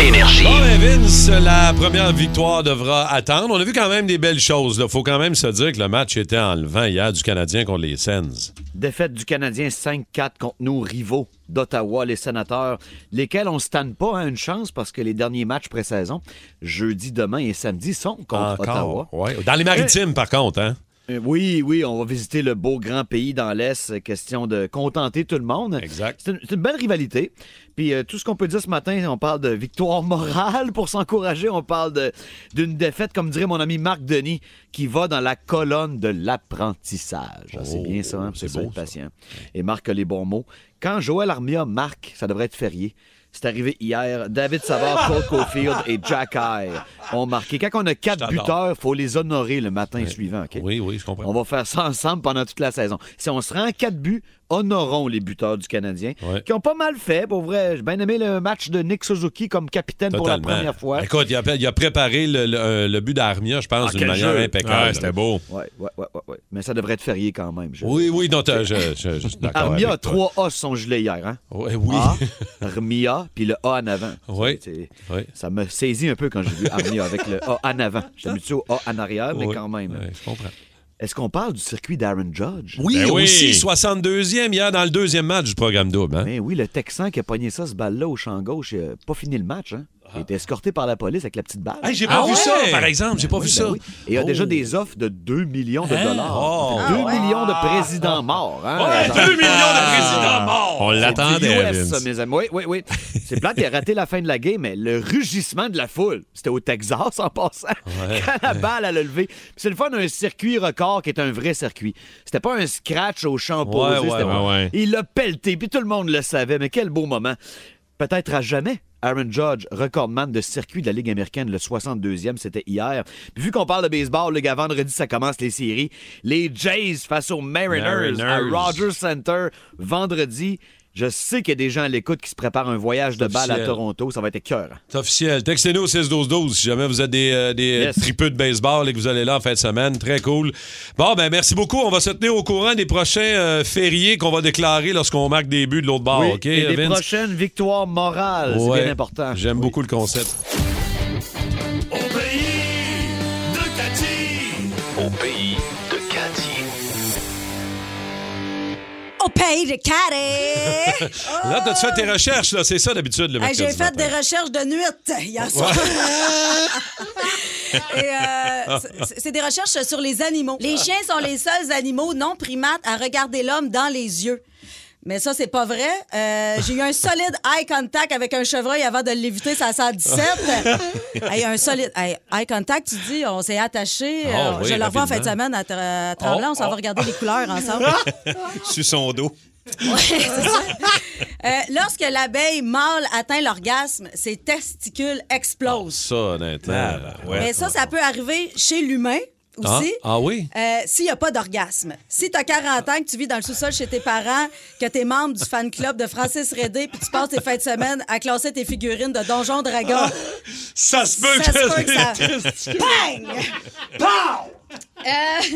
Speaker 12: Énergie.
Speaker 2: Bon, ben, Vince, la première victoire devra attendre. On a vu quand même des belles choses. Il faut quand même se dire que le match était enlevant hier du Canadien contre les Sens.
Speaker 13: Défaite du Canadien 5-4 contre nos rivaux d'Ottawa, les sénateurs, lesquels on ne stand pas à une chance parce que les derniers matchs pré-saison, jeudi, demain et samedi, sont contre Ottawa.
Speaker 2: ouais. Dans les maritimes, par contre, hein?
Speaker 13: Euh, Oui, oui, on va visiter le beau grand pays dans l'Est. euh, Question de contenter tout le monde. Exact. C'est une, c'est une belle rivalité. Puis euh, tout ce qu'on peut dire ce matin, on parle de victoire morale pour s'encourager. On parle de- d'une défaite, comme dirait mon ami Marc Denis, qui va dans la colonne de l'apprentissage. Ah, c'est bien ça, hein? c'est beau. patient. Et Marc a les bons mots. Quand Joël Armia marque, ça devrait être férié. C'est arrivé hier. David Savard, Paul Cofield et Jack Eye ont marqué. Quand on a quatre
Speaker 2: t'adore.
Speaker 13: buteurs, il faut les honorer le matin suivant. OK?
Speaker 2: Oui, oui, je comprends.
Speaker 13: On va faire ça ensemble pendant toute la saison. Si on se rend à quatre buts, honorons les buteurs du Canadien, qui ont pas mal fait. Pour vrai, j'ai bien aimé le match de Nick Suzuki comme capitaine pour la première fois.
Speaker 2: Écoute, il a, il a préparé le, le- euh, le but d'Armia, je pense,
Speaker 13: Ah,
Speaker 2: d'une
Speaker 13: quel
Speaker 2: manière
Speaker 13: jeu.
Speaker 2: impeccable.
Speaker 13: Ah, c'était
Speaker 2: beau.
Speaker 13: Oui, oui, oui. Mais ça devrait être férié quand même. je-
Speaker 2: Oui, oui, donc euh, je, je- je suis d'accord.
Speaker 13: Armia,
Speaker 2: avec toi.
Speaker 13: trois A sont gelés hier. Hein?
Speaker 2: oui.
Speaker 13: A, Armia, puis le A en avant.
Speaker 2: Oui.
Speaker 13: C'est- Ça me saisit un peu quand j'ai vu Armia avec le A en avant. J'étais habitué au A en arrière, mais
Speaker 2: Oui,
Speaker 13: quand même.
Speaker 2: je comprends. Ben
Speaker 13: Est-ce qu'on parle du circuit d'Aaron Judge?
Speaker 2: Oui, aussi, 62e hier dans le deuxième match du programme double. hein.
Speaker 13: Mais Eh oui, le Texan qui a pogné ça, ce balle-là, au champ gauche, il a pas fini le match. Hein? Il était escorté par la police avec la petite balle.
Speaker 2: Hey, j'ai pas Ah vu ouais? ça, par exemple, j'ai pas vu ça.
Speaker 13: ben Et il y a
Speaker 2: Oh.
Speaker 13: déjà des offres de 2 millions de
Speaker 2: Hein?
Speaker 13: dollars.
Speaker 2: Oh.
Speaker 13: Ça fait 2
Speaker 2: Ah ouais?
Speaker 13: millions de présidents morts. Hein,
Speaker 2: Ouais,
Speaker 13: Jean-
Speaker 2: 2 millions de présidents morts! Ah. On
Speaker 13: C'est du
Speaker 2: l'attendait,
Speaker 13: US,
Speaker 2: Vince.
Speaker 13: ça, mes amis. Oui, oui, oui. C'est plate, il a raté la fin de la game, mais le rugissement de la foule, c'était au Texas en passant,
Speaker 2: Ouais.
Speaker 13: quand la balle, elle a levé. Puis C'est le fun d'un circuit record qui est un vrai circuit. C'était pas un scratch au champ
Speaker 2: Ouais,
Speaker 13: posé,
Speaker 2: ouais,
Speaker 13: c'était pas-
Speaker 2: ouais, ouais.
Speaker 13: il l'a pelleté, puis tout le monde le savait, mais quel beau moment. Peut-être à jamais. Aaron Judge, recordman de circuit de la Ligue américaine, le 62e, c'était hier. Puis vu qu'on parle de baseball, le gars, vendredi, ça commence les séries. Les Jays face aux Mariners,
Speaker 2: Mariners.
Speaker 13: à Rogers Center, vendredi. Je sais qu'il y a des gens à l'écoute qui se préparent un voyage de balle à
Speaker 2: officiel.
Speaker 13: Toronto. Ça va être écœurant.
Speaker 2: C'est officiel. Textez-nous au 6-12-12 si jamais vous êtes des, euh, des
Speaker 13: Yes.
Speaker 2: tripeux de baseball et que vous allez là en fin de semaine. Très cool. Bon, ben merci beaucoup. On va se tenir au courant des prochains euh, fériés qu'on va déclarer lorsqu'on marque des buts de l'autre bord.
Speaker 13: Oui,
Speaker 2: Ah, OK,
Speaker 13: et des
Speaker 2: Vince?
Speaker 13: prochaines victoires morales, c'est
Speaker 2: Ouais.
Speaker 13: bien important.
Speaker 2: J'aime beaucoup le concept.
Speaker 6: Au pays de Cathy. Au pays de Cathy.
Speaker 4: Au pays de Carré!
Speaker 2: Là, t'as-tu fait tes recherches, là? C'est ça d'habitude, le
Speaker 4: Hey,
Speaker 2: mercredi
Speaker 4: J'ai fait
Speaker 2: matin.
Speaker 4: des recherches de nuit hier soir. Et, euh, c'est- c'est des recherches sur les animaux. Les
Speaker 7: Ah.
Speaker 4: chiens sont les seuls animaux non primates à regarder l'homme dans les yeux. Mais ça, c'est pas vrai. Euh, J'ai eu un solide eye contact avec un chevreuil avant de l'éviter, ça 117. hey, un solide hey, eye contact, tu dis, on s'est attaché.
Speaker 7: Ah
Speaker 4: Euh,
Speaker 7: oui,
Speaker 4: je le revois en
Speaker 7: rapidement.
Speaker 4: fin de semaine à, Tra- à Tremblant,
Speaker 7: Oh,
Speaker 4: on s'en
Speaker 7: oh.
Speaker 4: va regarder les couleurs ensemble.
Speaker 7: Sur son dos.
Speaker 4: Ouais, c'est ça. Euh, lorsque l'abeille mâle atteint l'orgasme, ses testicules explosent.
Speaker 2: Ça, honnêtement.
Speaker 4: Mais ça, ça peut arriver chez l'humain
Speaker 2: Ah,
Speaker 4: aussi.
Speaker 2: ah oui?
Speaker 4: euh, S'il n'y a pas d'orgasme. Si tu as 40 ans, que tu vis dans le sous-sol chez tes parents, que tu es membre du fan club de Francis Redé, puis tu passes tes fins de semaine à classer tes figurines de Donjon Dragon,
Speaker 2: Ah,
Speaker 7: Ça se peut
Speaker 4: ça
Speaker 7: que
Speaker 4: se peut que ça.
Speaker 7: ça.
Speaker 4: Bang! Pow! Euh,
Speaker 2: Il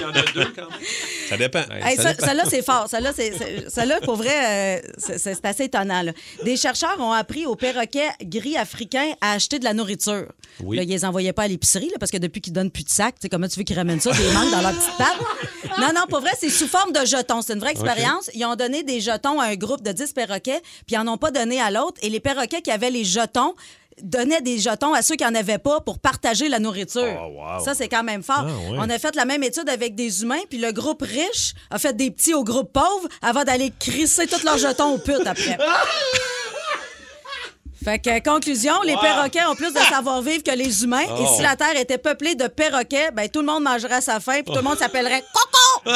Speaker 2: y en a deux, quand même. Ça dépend.
Speaker 4: Hey, ça- Celle-là, c'est fort. Celle-là, c'est- c'est- celle-là, pour vrai, euh, c'est- c'est c'est assez étonnant. là. Des chercheurs ont appris aux perroquets gris africains à acheter de la nourriture.
Speaker 7: Oui.
Speaker 4: Là, ils les envoyaient pas à l'épicerie là, parce que depuis qu'ils donnent plus de sac, tu sais, comment tu veux qu'ils ramènent ça, des manques dans leur petite patte? Non, non, pour vrai, c'est sous forme de jetons. C'est une vraie
Speaker 7: Ok.
Speaker 4: expérience. Ils ont donné des jetons à un groupe de 10 perroquets, puis ils en ont pas donné à l'autre. Et les perroquets qui avaient les jetons donnaient des jetons à ceux qui en avaient pas pour partager la nourriture. Ça, c'est quand même fort.
Speaker 7: Ah, ouais.
Speaker 4: On a fait la même étude avec des humains, puis le groupe riche a fait des petits au groupe pauvre avant d'aller crisser tous leurs jetons aux putes après. Fait que, euh, conclusion, les perroquets ont plus de savoir-vivre que les humains.
Speaker 7: Ah! Oh.
Speaker 4: Et si la Terre était peuplée de perroquets, ben tout le monde mangerait sa faim, puis tout le monde s'appellerait Coco!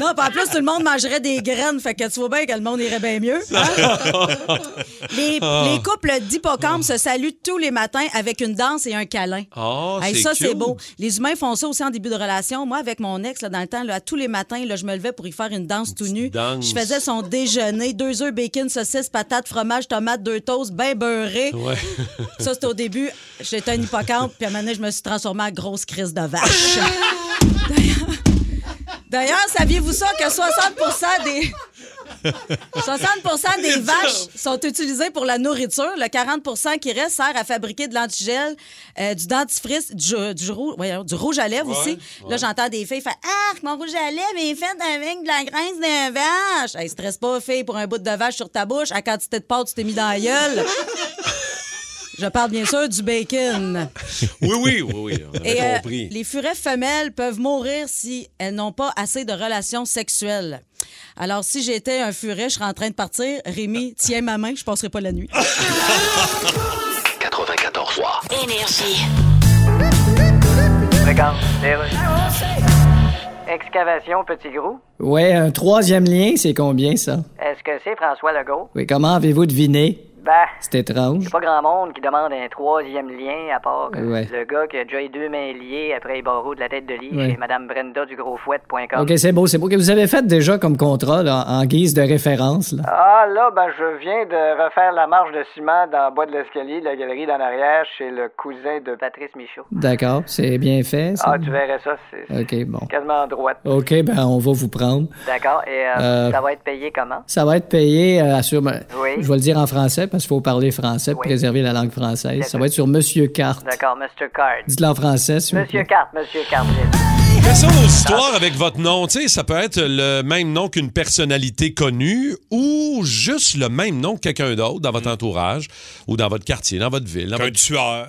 Speaker 4: non, puis en plus, tout le monde mangerait des graines. Fait que tu vois bien que le monde irait bien mieux. hein? Les,
Speaker 7: Ah.
Speaker 4: les couples d'hippocampes se saluent tous les matins avec une danse et un câlin.
Speaker 7: Oh,
Speaker 4: Hey,
Speaker 7: c'est
Speaker 4: ça, c'est
Speaker 7: cute.
Speaker 4: beau. Les humains font ça aussi en début de relation. Moi, avec mon ex, là, dans le temps, là, tous les matins, là, je me levais pour y faire une danse tout nu.
Speaker 7: danse.
Speaker 4: Je faisais son déjeuner, deux œufs, bacon, saucisse, patate, fromage, tomate, deux toasts, bien beurré.
Speaker 7: Ouais.
Speaker 4: Ça, c'était au début. J'étais un hippocampe, puis à un moment donné, je me suis transformée en grosse crise de vache. D'ailleurs, saviez-vous ça que 60 des... 60 des vaches sont utilisées pour la nourriture. Le 40 qui reste sert à fabriquer de l'antigel, euh, du dentifrice, du, du rou- voyons, du rouge à lèvres
Speaker 14: Ouais,
Speaker 4: aussi. Là,
Speaker 14: ouais.
Speaker 4: j'entends des filles faire Arc, mon rouge à lèvres est fait avec de la graisse de vache. Hey, stresse pas, fille, pour un bout de vache sur ta bouche. À quantité de pâte, tu t'es mis dans la gueule. Je parle bien sûr du bacon.
Speaker 2: Oui, oui, oui, oui. On avait
Speaker 4: Et euh,
Speaker 2: compris.
Speaker 4: les furets femelles peuvent mourir si elles n'ont pas assez de relations sexuelles. Alors, si j'étais un furet, je serais en train de partir. Rémi, tiens ma main, je passerai pas la nuit.
Speaker 2: Ah,
Speaker 12: 94 fois.
Speaker 1: Énergie.
Speaker 15: Excavation Petit Gros.
Speaker 8: Ouais, un troisième lien, c'est combien ça?
Speaker 15: Est-ce que c'est François Legault?
Speaker 8: Oui, comment avez-vous deviné?
Speaker 15: Ben,
Speaker 8: C'est étrange.
Speaker 15: y a pas grand monde qui demande un troisième lien à part que
Speaker 8: Ouais.
Speaker 15: le gars qui a déjà eu deux mains liées après les barreaux de la tête de lit
Speaker 8: Ouais.
Speaker 15: chez Madame Brenda du Gros Fouette.com.
Speaker 8: OK, c'est beau, c'est beau. Que vous avez fait déjà comme contrat, là, en guise de référence, là.
Speaker 15: Ah là, ben je viens de refaire la marche de ciment dans le bas de l'escalier de la galerie d'en arrière chez le cousin de Patrice Michaud.
Speaker 8: D'accord, c'est bien fait, ça.
Speaker 15: Ah, tu verrais ça, c'est
Speaker 8: OK, bon.
Speaker 15: quasiment en droite.
Speaker 8: OK, ben, on va vous prendre.
Speaker 15: D'accord, et euh,
Speaker 8: Euh,
Speaker 15: ça va être payé comment?
Speaker 8: Ça va être payé, euh, à sur-
Speaker 15: Oui.
Speaker 8: Je vais le dire en français parce qu'il faut parler français pour
Speaker 15: Oui.
Speaker 8: préserver la langue française.
Speaker 15: Bien
Speaker 8: Ça
Speaker 15: sûr.
Speaker 8: va être sur Monsieur Carte.
Speaker 15: D'accord, Mr. Card.
Speaker 8: Dites-le en français, s'il vous
Speaker 15: Monsieur Cart, Monsieur Cart. j'ai-
Speaker 2: Quelles sont vos histoires avec votre nom? Tu sais, ça peut être le même nom qu'une personnalité connue ou juste le même nom que quelqu'un d'autre dans
Speaker 7: Mm.
Speaker 2: votre entourage ou dans votre quartier, dans votre ville. Dans votre... tueur.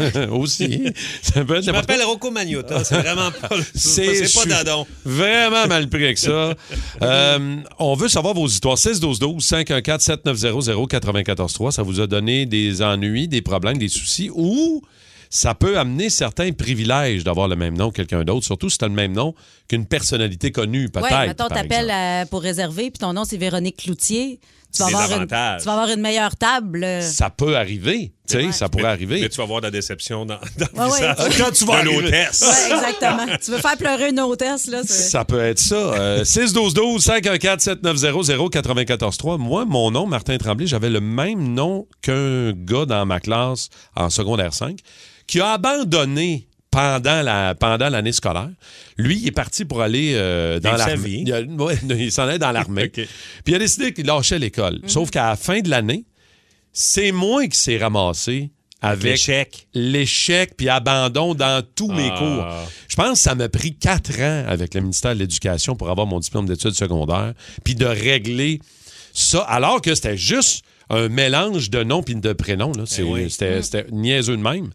Speaker 2: Aussi. Ça peut être
Speaker 7: Je
Speaker 2: n'importe
Speaker 7: m'appelle
Speaker 2: quoi.
Speaker 7: Rocco Magnotta. C'est vraiment pas. C'est pas
Speaker 2: je suis
Speaker 7: Dadon.
Speaker 2: Vraiment mal pris avec ça. Euh, on veut savoir vos histoires. 16 12 12 514 7900 94 3 Ça vous a donné des ennuis, des problèmes, des soucis ou ça peut amener certains privilèges d'avoir le même nom que quelqu'un d'autre, surtout si tu as le même nom qu'une personnalité connue, peut-être.
Speaker 4: ouais, mettons,
Speaker 2: par
Speaker 4: t'appelles euh, pour réserver, puis ton nom, c'est Véronique Cloutier. Tu vas,
Speaker 2: Des
Speaker 4: avoir une, tu
Speaker 2: avantages.
Speaker 4: vas avoir une meilleure table. euh.
Speaker 2: exemple. Ça peut arriver. Tu sais, ça pourrait arriver.
Speaker 7: Tu vas avoir de la déception dans, dans
Speaker 4: Ouais,
Speaker 7: le
Speaker 4: ouais.
Speaker 2: Ah,
Speaker 7: visage
Speaker 4: Quand tu vas
Speaker 7: de
Speaker 2: arriver.
Speaker 7: l'hôtesse.
Speaker 4: Ouais, exactement. tu veux faire pleurer une hôtesse, là. c'est-
Speaker 2: Ça peut être ça. Euh, 6 12 12 514 7900 94 3. Moi, mon nom, Martin Tremblay, j'avais le même nom qu'un gars dans ma classe en secondaire 5 qui a abandonné pendant la pendant l'année scolaire. Lui, il est parti pour aller euh, dans
Speaker 7: Vivre sa
Speaker 2: l'armée.
Speaker 7: vie.
Speaker 2: Il, a- ouais, il s'en allait dans l'armée. Puis il a décidé qu'il lâchait l'école.
Speaker 7: Mhm.
Speaker 2: Sauf qu'à la fin de l'année, c'est moi qui s'est ramassé avec
Speaker 7: l'échec.
Speaker 2: l'échec puis abandon dans tous mes
Speaker 7: Ah.
Speaker 2: cours. Je pense que ça m'a pris quatre ans avec le ministère de l'Éducation pour avoir mon diplôme d'études secondaires, puis de régler ça, alors que c'était juste un mélange de nom puis de prénom.
Speaker 7: Eh
Speaker 2: là. C'est- C'était c'était niaiseux de même.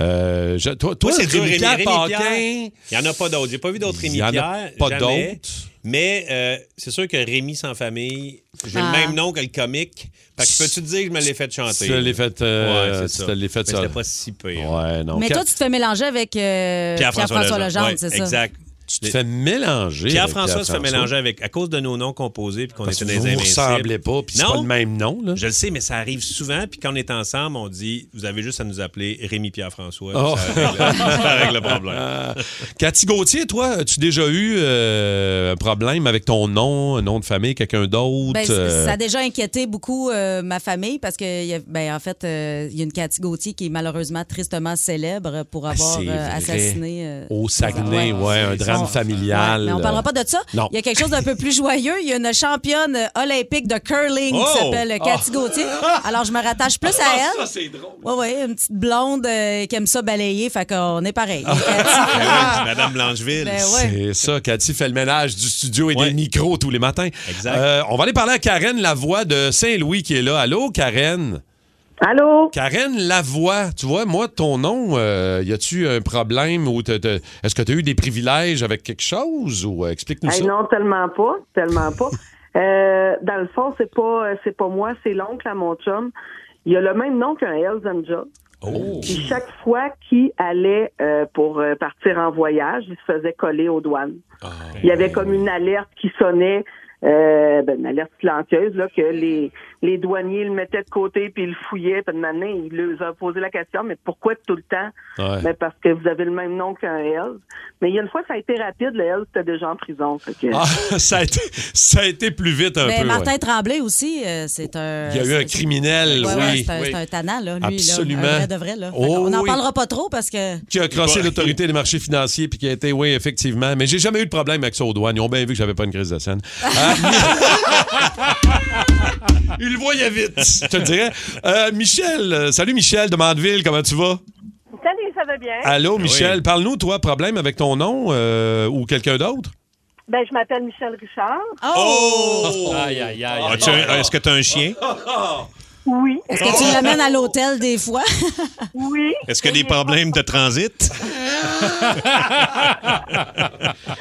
Speaker 2: Euh, je- toi, toi,
Speaker 7: Hmm. Moi, c'est dur,
Speaker 2: Rémi
Speaker 7: Rémi,
Speaker 2: Pierre
Speaker 7: Rémi
Speaker 2: Paquin,
Speaker 7: Pierre. Il n'y en a pas d'autres. J'ai pas vu d'autres Rémi
Speaker 2: Il y en a
Speaker 7: Pierre.
Speaker 2: pas
Speaker 7: jamais.
Speaker 2: d'autres.
Speaker 7: Mais euh, c'est sûr que Rémi sans famille, j'ai
Speaker 2: Ah.
Speaker 7: le même nom que le comique. Fait que peux-tu te dire que je me l'ai fait chanter?
Speaker 2: Tu te l'es fait, euh,
Speaker 7: ouais,
Speaker 2: tu
Speaker 7: c'est ça.
Speaker 2: te l'es fait
Speaker 7: Mais
Speaker 2: ça.
Speaker 7: C'était pas si pire.
Speaker 2: Ouais, non.
Speaker 4: Mais
Speaker 2: Quand-
Speaker 4: toi, tu te fais mélanger avec euh, Pierre-François Legendre,
Speaker 7: Ouais,
Speaker 4: c'est ça?
Speaker 7: Exact.
Speaker 2: Tu te fais mélanger.
Speaker 7: Pierre-François se fait
Speaker 2: Pierre-François.
Speaker 7: mélanger avec, à cause de nos noms composés puis qu'on
Speaker 2: Parce
Speaker 7: était
Speaker 2: que
Speaker 7: des
Speaker 2: vous vous
Speaker 7: invincibles.
Speaker 2: ressemblez pas, puis c'est
Speaker 7: Non.
Speaker 2: pas le même nom.
Speaker 7: Je le sais, mais ça arrive souvent. Puis quand on est ensemble, on dit vous avez juste à nous appeler Rémi Pierre-François. puis
Speaker 2: Oh.
Speaker 7: Ça, règle, ça règle le problème.
Speaker 2: Cathy Gauthier, toi, as-tu déjà eu euh, un problème avec ton nom, un nom de famille, quelqu'un d'autre?
Speaker 4: Ben, c-
Speaker 2: euh,
Speaker 4: ça a déjà inquiété beaucoup euh, ma famille parce que, il y a- ben, en fait, euh, il y a une Cathy Gauthier qui est malheureusement tristement célèbre pour avoir
Speaker 2: Ah, c'est
Speaker 4: euh,
Speaker 2: vrai.
Speaker 4: assassiné. euh,
Speaker 2: Au Saguenay, ouais, un drame familial.
Speaker 4: Mais on parlera pas de ça.
Speaker 2: euh, Non.
Speaker 4: Il y a quelque chose d'un peu plus joyeux. Il y a une championne euh, olympique de curling
Speaker 2: Oh!
Speaker 4: qui s'appelle Cathy
Speaker 2: Ah!
Speaker 4: Gauthier. Alors, je me rattache plus à elle. Oui, oui, une petite blonde euh, qui aime ça balayer. Fait qu'on est pareil.
Speaker 2: Ah!
Speaker 7: Ben oui, Madame Langeville.
Speaker 4: Ben ouais.
Speaker 2: C'est ça, Cathy fait le ménage du studio et des micros tous les matins.
Speaker 7: Exact.
Speaker 2: Euh, on va aller parler à Karen Lavoie de Saint-Louis qui est là. Allô, Karen?
Speaker 16: Allô?
Speaker 2: Karen Lavoie, tu vois, moi, ton nom, euh, y a-tu un problème ou t'as- t'as- est-ce que tu as eu des privilèges avec quelque chose ou euh, explique-nous
Speaker 16: Hey,
Speaker 2: ça?
Speaker 16: Ben non, tellement pas, tellement pas. Euh, dans le fond, c'est pas, euh, c'est pas moi, c'est l'oncle à mon chum. Il a le même nom qu'un Hells Angel.
Speaker 7: Oh.
Speaker 16: Puis chaque fois qu'il allait euh, pour euh, partir en voyage, il se faisait coller aux douanes.
Speaker 2: Ah.
Speaker 16: il y avait comme une alerte qui sonnait, euh, ben, une alerte silencieuse, là, que les, les douaniers le mettaient de côté puis ils le fouillaient. Puis de maintenant, il leur a posé la question, mais pourquoi tout le temps?
Speaker 2: Ouais.
Speaker 16: Ben, parce que vous avez le même nom qu'un Hells. Mais il y a une fois, ça a été rapide, le Hells était déjà en prison. Fait que-
Speaker 2: Ah, ça, a été, ça a été plus vite un
Speaker 4: Mais
Speaker 2: peu.
Speaker 4: Martin
Speaker 2: ouais.
Speaker 4: Tremblay aussi, euh, c'est un.
Speaker 2: Il y a eu un
Speaker 4: c'est-
Speaker 2: criminel,
Speaker 4: Ouais,
Speaker 2: oui.
Speaker 4: ouais, c'est un,
Speaker 2: Oui.
Speaker 4: c'est un tannant, là, lui. là,
Speaker 2: Absolument.
Speaker 4: un vrai de vrai, là. Fait
Speaker 2: Oh
Speaker 4: qu'on n'en
Speaker 2: oui.
Speaker 4: parlera pas trop parce que.
Speaker 2: Qui a crossé l'autorité des marchés financiers puis qui a été, oui, effectivement. Mais j'ai jamais eu de problème avec ça aux douanes. Ils ont bien vu que j'avais pas une crise de scène. Euh, Il le voyait vite, je te dirais. Euh, Michel, euh, salut Michel de Mandeville, comment tu vas?
Speaker 14: Salut, ça va bien?
Speaker 2: Allô Michel, parle-nous, toi, problème avec ton nom euh, ou quelqu'un d'autre?
Speaker 14: Ben, je m'appelle Michel Richard.
Speaker 2: Ah. Oh!
Speaker 4: Oh!
Speaker 2: Aïe, aïe, aïe.
Speaker 7: As-tu un- euh, Est-ce que tu as un chien?
Speaker 14: Oui.
Speaker 4: Est-ce que tu
Speaker 2: Oh!
Speaker 4: l'amènes à l'hôtel des fois?
Speaker 14: oui.
Speaker 7: Est-ce que des problèmes de transit?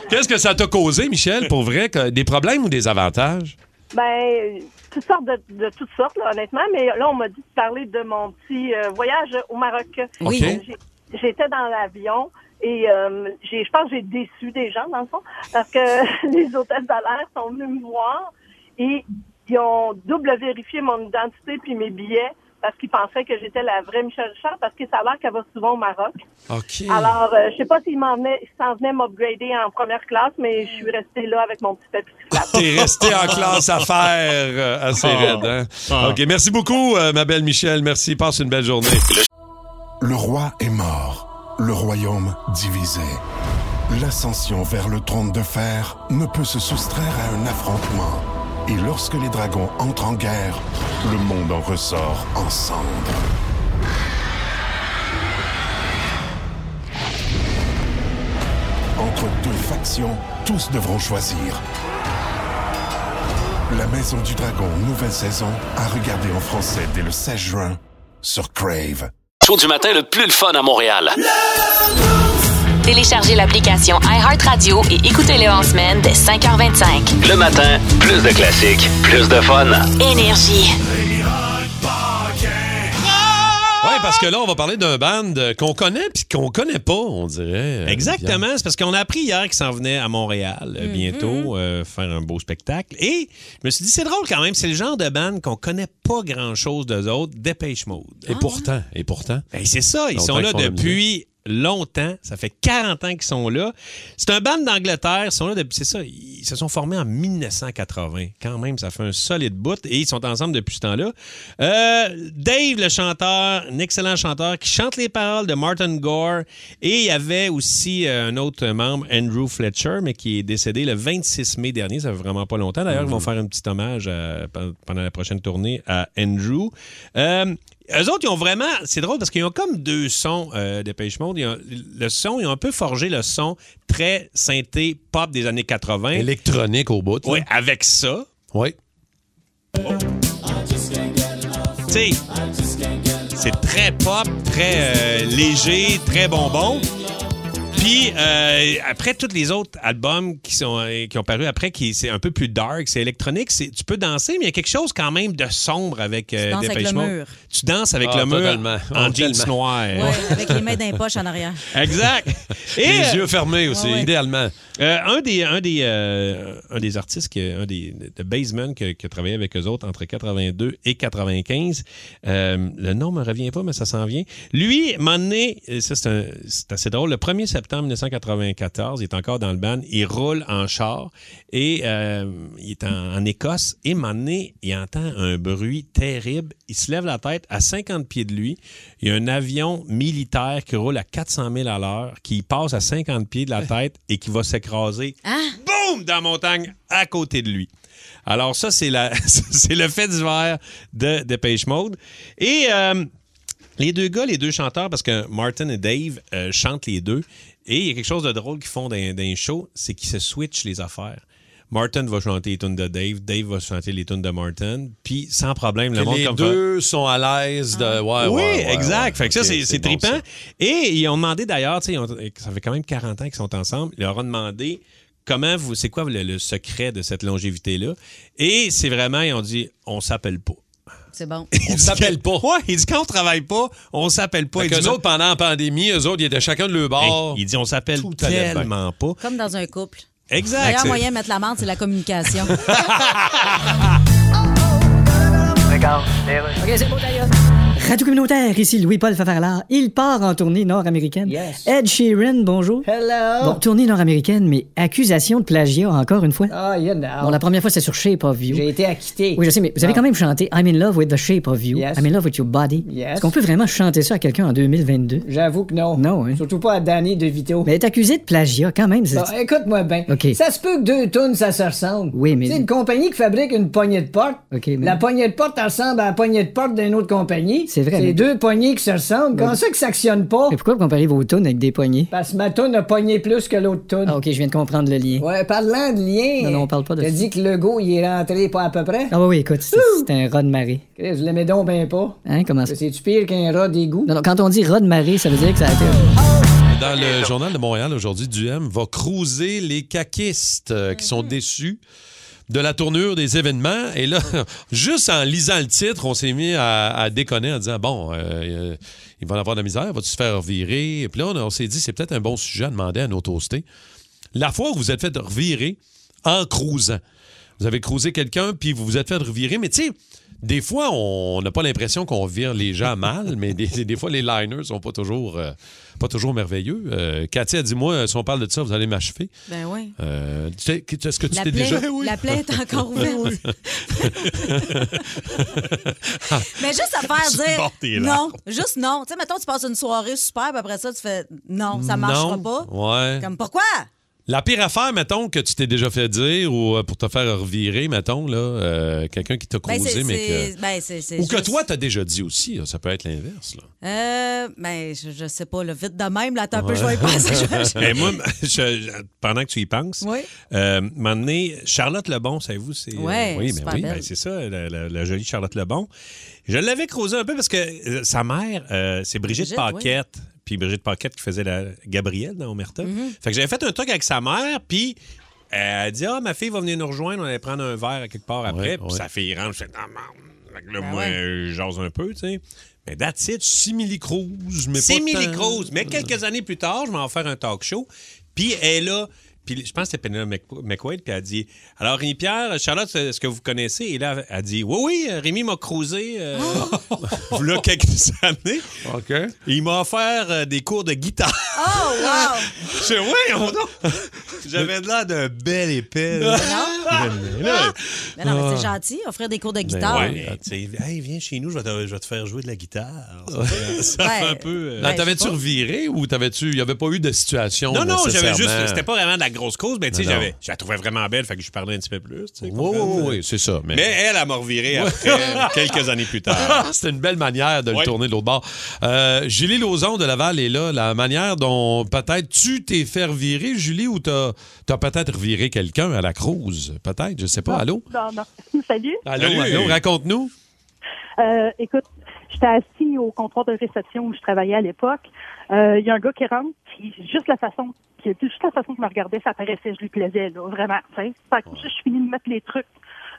Speaker 2: Qu'est-ce que ça t'a causé, Michel, pour vrai? que- Des problèmes ou des avantages?
Speaker 14: Ben, toutes sortes de, de toutes sortes, là, honnêtement. Mais là, on m'a dit de parler de mon petit euh, voyage au Maroc.
Speaker 2: Oui.
Speaker 14: Euh, j'ai- J'étais dans l'avion et euh, j'ai, je pense que j'ai déçu des gens, dans le fond, parce que les hôtesses de l'air sont venues me voir et ils ont double vérifié mon identité puis mes billets parce qu'ils pensaient que j'étais la vraie Michelle Richard parce que ça a l'air qu'elle va souvent au Maroc.
Speaker 2: OK.
Speaker 14: Alors, euh, je sais pas s'ils m'en venaient- s'ils s'en venaient m'upgrader en première classe, mais je suis restée là avec mon petit papier.
Speaker 2: T'es resté en classe à faire euh, assez
Speaker 11: Ah.
Speaker 2: raide. hein?
Speaker 11: Ah.
Speaker 2: OK, merci beaucoup, euh, ma belle Michel. Merci, passe une belle journée.
Speaker 11: Le roi est mort, le royaume divisé. L'ascension vers le trône de fer ne peut se soustraire à un affrontement. Et lorsque les dragons entrent en guerre, le monde en ressort en cendres. Entre deux factions, tous devront choisir. La Maison du Dragon, nouvelle saison, à regarder en français dès le 16 juin sur Crave.
Speaker 12: Show du matin le plus le fun à Montréal.
Speaker 1: Téléchargez l'application iHeartRadio et écoutez-le en semaine dès 5h25.
Speaker 12: Le matin, plus de classiques, plus de fun.
Speaker 1: Énergie.
Speaker 2: Oui, parce que là, on va parler d'un band euh, qu'on connaît puis qu'on connaît pas, on dirait. euh,
Speaker 7: Exactement, c'est parce qu'on a appris hier qu'ils s'en venaient à Montréal euh,
Speaker 2: Mhm.
Speaker 7: bientôt euh, faire un beau spectacle. Et je me suis dit, c'est drôle quand même, c'est le genre de band qu'on connaît pas grand-chose d'eux autres, Dépêche Mode.
Speaker 2: Et pourtant, et pourtant.
Speaker 7: Ben, c'est ça, ils
Speaker 2: Longtemps
Speaker 7: sont là
Speaker 2: qu'ils font de la
Speaker 7: depuis longtemps, ça fait 40 ans qu'ils sont là. C'est un band d'Angleterre, ils sont là depuis, c'est ça, ils se sont formés en 1980. Quand même, ça fait un solide bout et ils sont ensemble depuis ce temps-là. Euh, Dave, le chanteur, un excellent chanteur qui chante les paroles de Martin Gore et il y avait aussi euh, un autre membre, Andrew Fletcher, mais qui est décédé le 26 mai dernier, ça fait vraiment pas longtemps. D'ailleurs, ils vont
Speaker 2: Mhm.
Speaker 7: faire un petit hommage euh, pe- pendant la prochaine tournée à Andrew. Euh, eux autres, ils ont vraiment. C'est drôle parce qu'ils ont comme deux sons euh, de Page Mode. Ils ont- le son, ils ont un peu forgé le son très synthé pop des années 80.
Speaker 2: Électronique au bout.
Speaker 7: Oui, avec ça.
Speaker 2: Oui.
Speaker 7: Tu sais, c'est très pop, très euh, léger, très bonbon. Puis euh, après tous les autres albums qui sont euh, qui ont paru après, qui c'est un peu plus dark, c'est électronique, c'est- tu peux danser, mais il y a quelque chose quand même de sombre avec euh,
Speaker 4: Tu danses avec
Speaker 7: Dépêche
Speaker 4: le
Speaker 7: Mode.
Speaker 4: mur.
Speaker 7: Tu danses avec
Speaker 2: Ah,
Speaker 7: le mur
Speaker 2: totalement.
Speaker 7: en
Speaker 2: Oh,
Speaker 7: jeans
Speaker 2: tellement.
Speaker 7: noir.
Speaker 4: Ouais, avec les mains d'un poche en arrière.
Speaker 7: Exact.
Speaker 2: Les
Speaker 7: euh,
Speaker 2: yeux fermés aussi, Ouais, ouais. idéalement.
Speaker 7: Euh, un, des, un, des, euh, un des artistes, qui- un des de Baseman qui, a- qui a travaillé avec eux autres entre 82 et 95, euh, le nom me revient pas, mais ça s'en vient. Lui, à un moment donné, euh, ça c'est un- c'est assez drôle, le 1er septembre 1994, il est encore dans le ban, il roule en char et euh, il est en, en Écosse et à un moment donné, il entend un bruit terrible. Il se lève la tête à 50 pieds de lui. Il y a un avion militaire qui roule à 400 000 à l'heure, qui passe à 50 pieds de la tête et qui va s'écraser. Boum! Dans la montagne, à côté de lui. Alors ça, c'est la- c'est le fait divers de Dépêche Mode. Et... euh, les deux gars, les deux chanteurs, parce que Martin et Dave euh, chantent les deux, et il y a quelque chose de drôle qu'ils font dans, dans les shows, c'est qu'ils se switchent les affaires. Martin va chanter les tunes de Dave, Dave va chanter les tunes de Martin, puis sans problème, le
Speaker 2: Que
Speaker 7: monde
Speaker 2: les
Speaker 7: comme Ah.
Speaker 2: deux sont à l'aise de. Ouais,
Speaker 7: oui,
Speaker 2: ouais, ouais,
Speaker 7: exact.
Speaker 2: ouais.
Speaker 7: Fait que ça,
Speaker 2: Ok,
Speaker 7: c'est- c'est
Speaker 2: bon,
Speaker 7: trippant.
Speaker 2: ça.
Speaker 7: Et ils ont demandé d'ailleurs, tu sais, ils ont- ça fait quand même 40 ans qu'ils sont ensemble, ils leur ont demandé comment vous, c'est quoi le, le secret de cette longévité-là. Et c'est vraiment, ils ont dit, on s'appelle pas.
Speaker 4: C'est bon.
Speaker 7: On s'appelle pas. Ouais, il dit quand on travaille pas, on s'appelle pas.
Speaker 2: Fait
Speaker 7: Il dit,
Speaker 2: qu'eux autres, pendant la pandémie, eux autres, ils étaient chacun de leur bord.
Speaker 7: il dit on s'appelle
Speaker 2: Tout allait bien.
Speaker 7: tellement pas.
Speaker 4: Comme dans un couple. Le
Speaker 7: Exact.
Speaker 4: meilleur
Speaker 7: c'est-
Speaker 4: moyen de mettre la menthe, c'est la communication.
Speaker 6: Regarde.
Speaker 4: OK, c'est beau d'ailleurs.
Speaker 8: Radio communautaire, ici Louis-Paul Favarlard. Il part en tournée nord-américaine. Ed Sheeran, bonjour.
Speaker 17: Hello.
Speaker 8: Bon, tournée nord-américaine, mais accusation de plagiat encore une fois.
Speaker 17: Ah, you know.
Speaker 8: Bon, la première fois, c'est sur Shape of You.
Speaker 17: J'ai Ah. été acquitté.
Speaker 8: Oui, je sais, mais vous avez quand même chanté I'm in love with the shape of you. I'm in love with your body.
Speaker 17: Yes.
Speaker 8: Est-ce qu'on peut vraiment chanter ça à quelqu'un en 2022? J'avoue que non. Non, hein? Surtout pas à Danny DeVito. Mais elle est accusé de plagiat quand même. c'est-
Speaker 17: Bon, Ah, écoute-moi bien.
Speaker 8: OK.
Speaker 17: Ça se peut que deux tonnes, ça se ressemble.
Speaker 8: Oui, mais-
Speaker 17: C'est une compagnie qui fabrique une poignée de porte.
Speaker 8: OK, mais-
Speaker 17: La poignée de porte ressemble à la poignée de porte d'une autre compagnie.
Speaker 8: C'est vrai,
Speaker 17: C'est
Speaker 8: mais-
Speaker 17: deux poignées qui se ressemblent. Comment ça que ça actionne pas?
Speaker 8: Mais pourquoi vous comparez vos tunes avec des poignées?
Speaker 17: Parce que ma toune a pogné plus que l'autre toune.
Speaker 8: Ah, OK, je viens de comprendre le lien.
Speaker 17: Bah, Ouais, parlant de lien.
Speaker 8: Non, non, on parle pas de
Speaker 17: T'as
Speaker 8: ça.
Speaker 17: dit que Legault, il est rentré pas à peu près?
Speaker 8: Ah, oui, oui, écoute, c'est c'est un rat de marée.
Speaker 17: Chris, je l'aimais donc bien pas.
Speaker 8: Hein, comment ça?
Speaker 17: C'est-tu pire qu'un rat d'égout?
Speaker 8: Non, non, quand on dit rat de marée, ça veut dire que ça a été.
Speaker 2: Dans le journal de Montréal aujourd'hui, Duhem va cruiser les caquistes euh, qui sont déçus de la tournure des événements. Et là, juste en lisant le titre, on s'est mis à, à déconner en disant bon, euh, euh, ils vont avoir de la misère, va-tu se faire virer Et puis là, on, on s'est dit c'est peut-être un bon sujet à demander à nos toastés. La fois où vous êtes fait revirer en cruisant, vous avez cruisé quelqu'un puis vous vous êtes fait revirer, mais tu sais. Des fois, on n'a pas l'impression qu'on vire les gens mal, mais des, des fois, les liners sont pas toujours, euh, pas toujours merveilleux. Euh, Cathy a dit, moi, si on parle de ça, vous allez m'achever.
Speaker 4: Ben oui.
Speaker 2: Euh, tu sais, Est-ce que tu
Speaker 4: La
Speaker 2: t'es
Speaker 4: plaie-
Speaker 2: déjà... Ben
Speaker 4: la plaie est encore ouverte. Mais juste à faire
Speaker 2: Sur le
Speaker 4: dire
Speaker 2: bord des
Speaker 4: non,
Speaker 2: larmes.
Speaker 4: juste non. Tu sais, mettons, tu passes une soirée super, puis après ça, tu fais non, ça marchera
Speaker 2: Non.
Speaker 4: pas.
Speaker 2: Ouais.
Speaker 4: Comme pourquoi?
Speaker 2: La pire affaire, mettons, que tu t'es déjà fait dire ou euh, pour te faire revirer, mettons, là, euh, quelqu'un qui t'a
Speaker 4: Ben,
Speaker 2: causé,
Speaker 4: c'est-
Speaker 2: mais que...
Speaker 4: c'est- ben, c'est- c'est
Speaker 2: ou que
Speaker 4: juste-
Speaker 2: toi, t'as déjà dit aussi. là, Ça peut être l'inverse. là.
Speaker 4: Euh, ben, je, je sais pas, le vite de même, là, t'as un peu,
Speaker 7: Ouais.
Speaker 4: je vais y passer. je-
Speaker 7: Mais moi, je- je- pendant que tu y penses,
Speaker 4: Oui.
Speaker 7: euh, m'en donné, Charlotte Lebon, savez-vous, c'est. euh,
Speaker 4: Ouais,
Speaker 7: oui, mais
Speaker 4: super
Speaker 7: oui,
Speaker 4: belle.
Speaker 7: ben, c'est ça, la, la- la jolie Charlotte Lebon. Je l'avais creusé un peu parce que euh, sa mère, euh, c'est
Speaker 5: Brigitte,
Speaker 7: Brigitte, Paquette. Puis Brigitte Paquette qui faisait la Gabrielle dans Omerta. Fait que j'avais fait un truc avec sa mère, puis. Elle a dit Ah, ma fille va venir nous rejoindre, on allait prendre un verre à quelque part après. puis sa fille rentre, je fais Ah, merde. Fait que là, moi, euh, je jase un peu, tu sais. Mais that's it, simili-cruise, mais
Speaker 5: C'est
Speaker 7: pas tant.
Speaker 5: Millicrose,
Speaker 7: Mais quelques années plus tard, je vais en faire un talk show. Puis elle est là. Puis je pense que c'était Penelope Mc- McQuaid. Puis elle dit Alors, Rémi Pierre, Charlotte, est-ce que vous connaissez Et là, elle dit Oui, oui, Rémi m'a cruisé. euh, voilà quelques années.
Speaker 2: OK.
Speaker 7: Il m'a offert euh, des cours de guitare.
Speaker 4: Oh, wow!
Speaker 7: Je sais, oui, on J'avais de l'air d'un bel épais. là. Mais là-
Speaker 4: Mais Ben non, mais c'est gentil, offrir des cours de
Speaker 7: Ah. Ben
Speaker 4: guitare.
Speaker 7: ouais, mais tu sais, hey, viens chez nous, je vais te, je vais te faire jouer de la guitare. Ça fait- ça fait
Speaker 4: Ouais.
Speaker 7: un peu. euh,
Speaker 2: Non, T'avais-tu reviré ou t'avais-tu... Il n'y avait pas eu de situation
Speaker 7: Non, non, j'avais juste.
Speaker 2: nécessairement?
Speaker 7: C'était pas vraiment de la grosse cause, mais tu sais,
Speaker 2: Non, non.
Speaker 7: j'avais. Je la trouvais vraiment belle, fait que je parlais un petit peu plus. tu sais,
Speaker 2: Oui, oui,
Speaker 7: comprends?
Speaker 2: oui, oui, c'est ça.
Speaker 7: euh. Mais,
Speaker 2: Mais,
Speaker 7: elle, elle m'a reviré après, quelques années plus tard.
Speaker 2: Ah, C'était une belle manière de
Speaker 7: Ouais.
Speaker 2: le tourner de l'autre bord. Euh, Julie Lauzon de Laval est là. La manière dont peut-être tu t'es fait revirer, Julie, ou t'as as, peut-être reviré quelqu'un à la cruise. Peut-être, je sais pas. Allô?
Speaker 18: Non, non. Salut.
Speaker 2: Allô, allô, raconte-nous.
Speaker 18: Euh, écoute, j'étais assis au comptoir de réception où je travaillais à l'époque. Euh, Il y a un gars qui rentre, puis juste la façon, puis juste la façon qu'il me regardait, ça paraissait, je lui plaisais, là, vraiment. tu sais. Fait que juste, je finis de mettre les trucs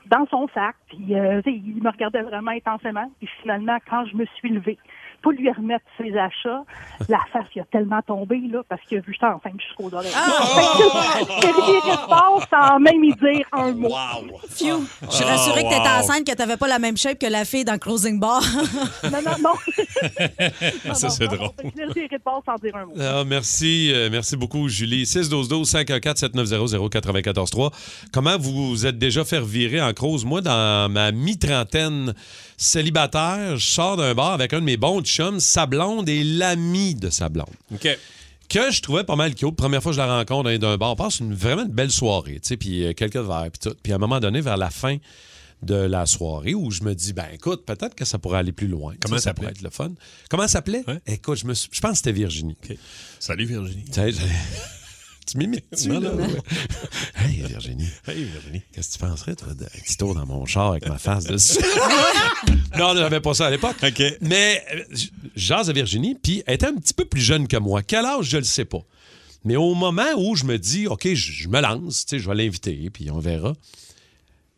Speaker 18: dans son sac, puis euh, tu sais, il me regardait vraiment intensément. Puis finalement, quand je me suis levée, pour lui remettre ses achats, la face il a tellement tombé, là, parce qu'il a vu que j'étais enceinte jusqu'aux oreilles.
Speaker 4: Ah!
Speaker 18: Fait que, Sérieux, il repart sans même y dire un mot.
Speaker 4: Phew. Je
Speaker 7: Ah,
Speaker 4: suis rassurée que t'étais enceinte, que t'avais pas la même shape que la fille dans Closing Bar.
Speaker 18: non, non, non.
Speaker 2: ça, c'est drôle.
Speaker 18: Fait que là, j'ai réponse sans dire un mot.
Speaker 2: Ah, merci, euh, merci beaucoup, Julie. 612-12-514-7900-943. Comment vous vous êtes déjà fait virer en cause? Moi, dans ma mi-trentaine célibataire, je sors d'un bar avec un de mes bons chums, sa blonde et l'ami de sa blonde.
Speaker 7: OK.
Speaker 2: Que je trouvais pas mal cute. Première fois que je la rencontre dans un bar, on passe une, vraiment une belle soirée, tu sais, puis euh, quelques verres, puis tout. Puis à un moment donné, vers la fin de la soirée, où je me dis, ben écoute, peut-être que ça pourrait aller plus loin.
Speaker 7: Comment
Speaker 2: Tu sais, ça
Speaker 7: s'appelait?
Speaker 2: pourrait être le fun. Comment ça s'appelait? Écoute, je, me suis- je pense que c'était Virginie.
Speaker 7: Salut, Virginie.
Speaker 2: Tu m'imites-tu,
Speaker 7: Non,
Speaker 2: là?
Speaker 7: non, ouais.
Speaker 2: Hey, Virginie.
Speaker 7: Hey, Virginie.
Speaker 2: Qu'est-ce que tu penserais, toi, d'un petit tour dans mon char avec ma face dessus? non, j'avais pas ça à l'époque. Mais euh, j- j'ase à Virginie, puis elle était un petit peu plus jeune que moi. Quel âge, je le sais pas. Mais au moment où je me dis, OK, j- je me lance, tu sais, je vais l'inviter, puis on verra.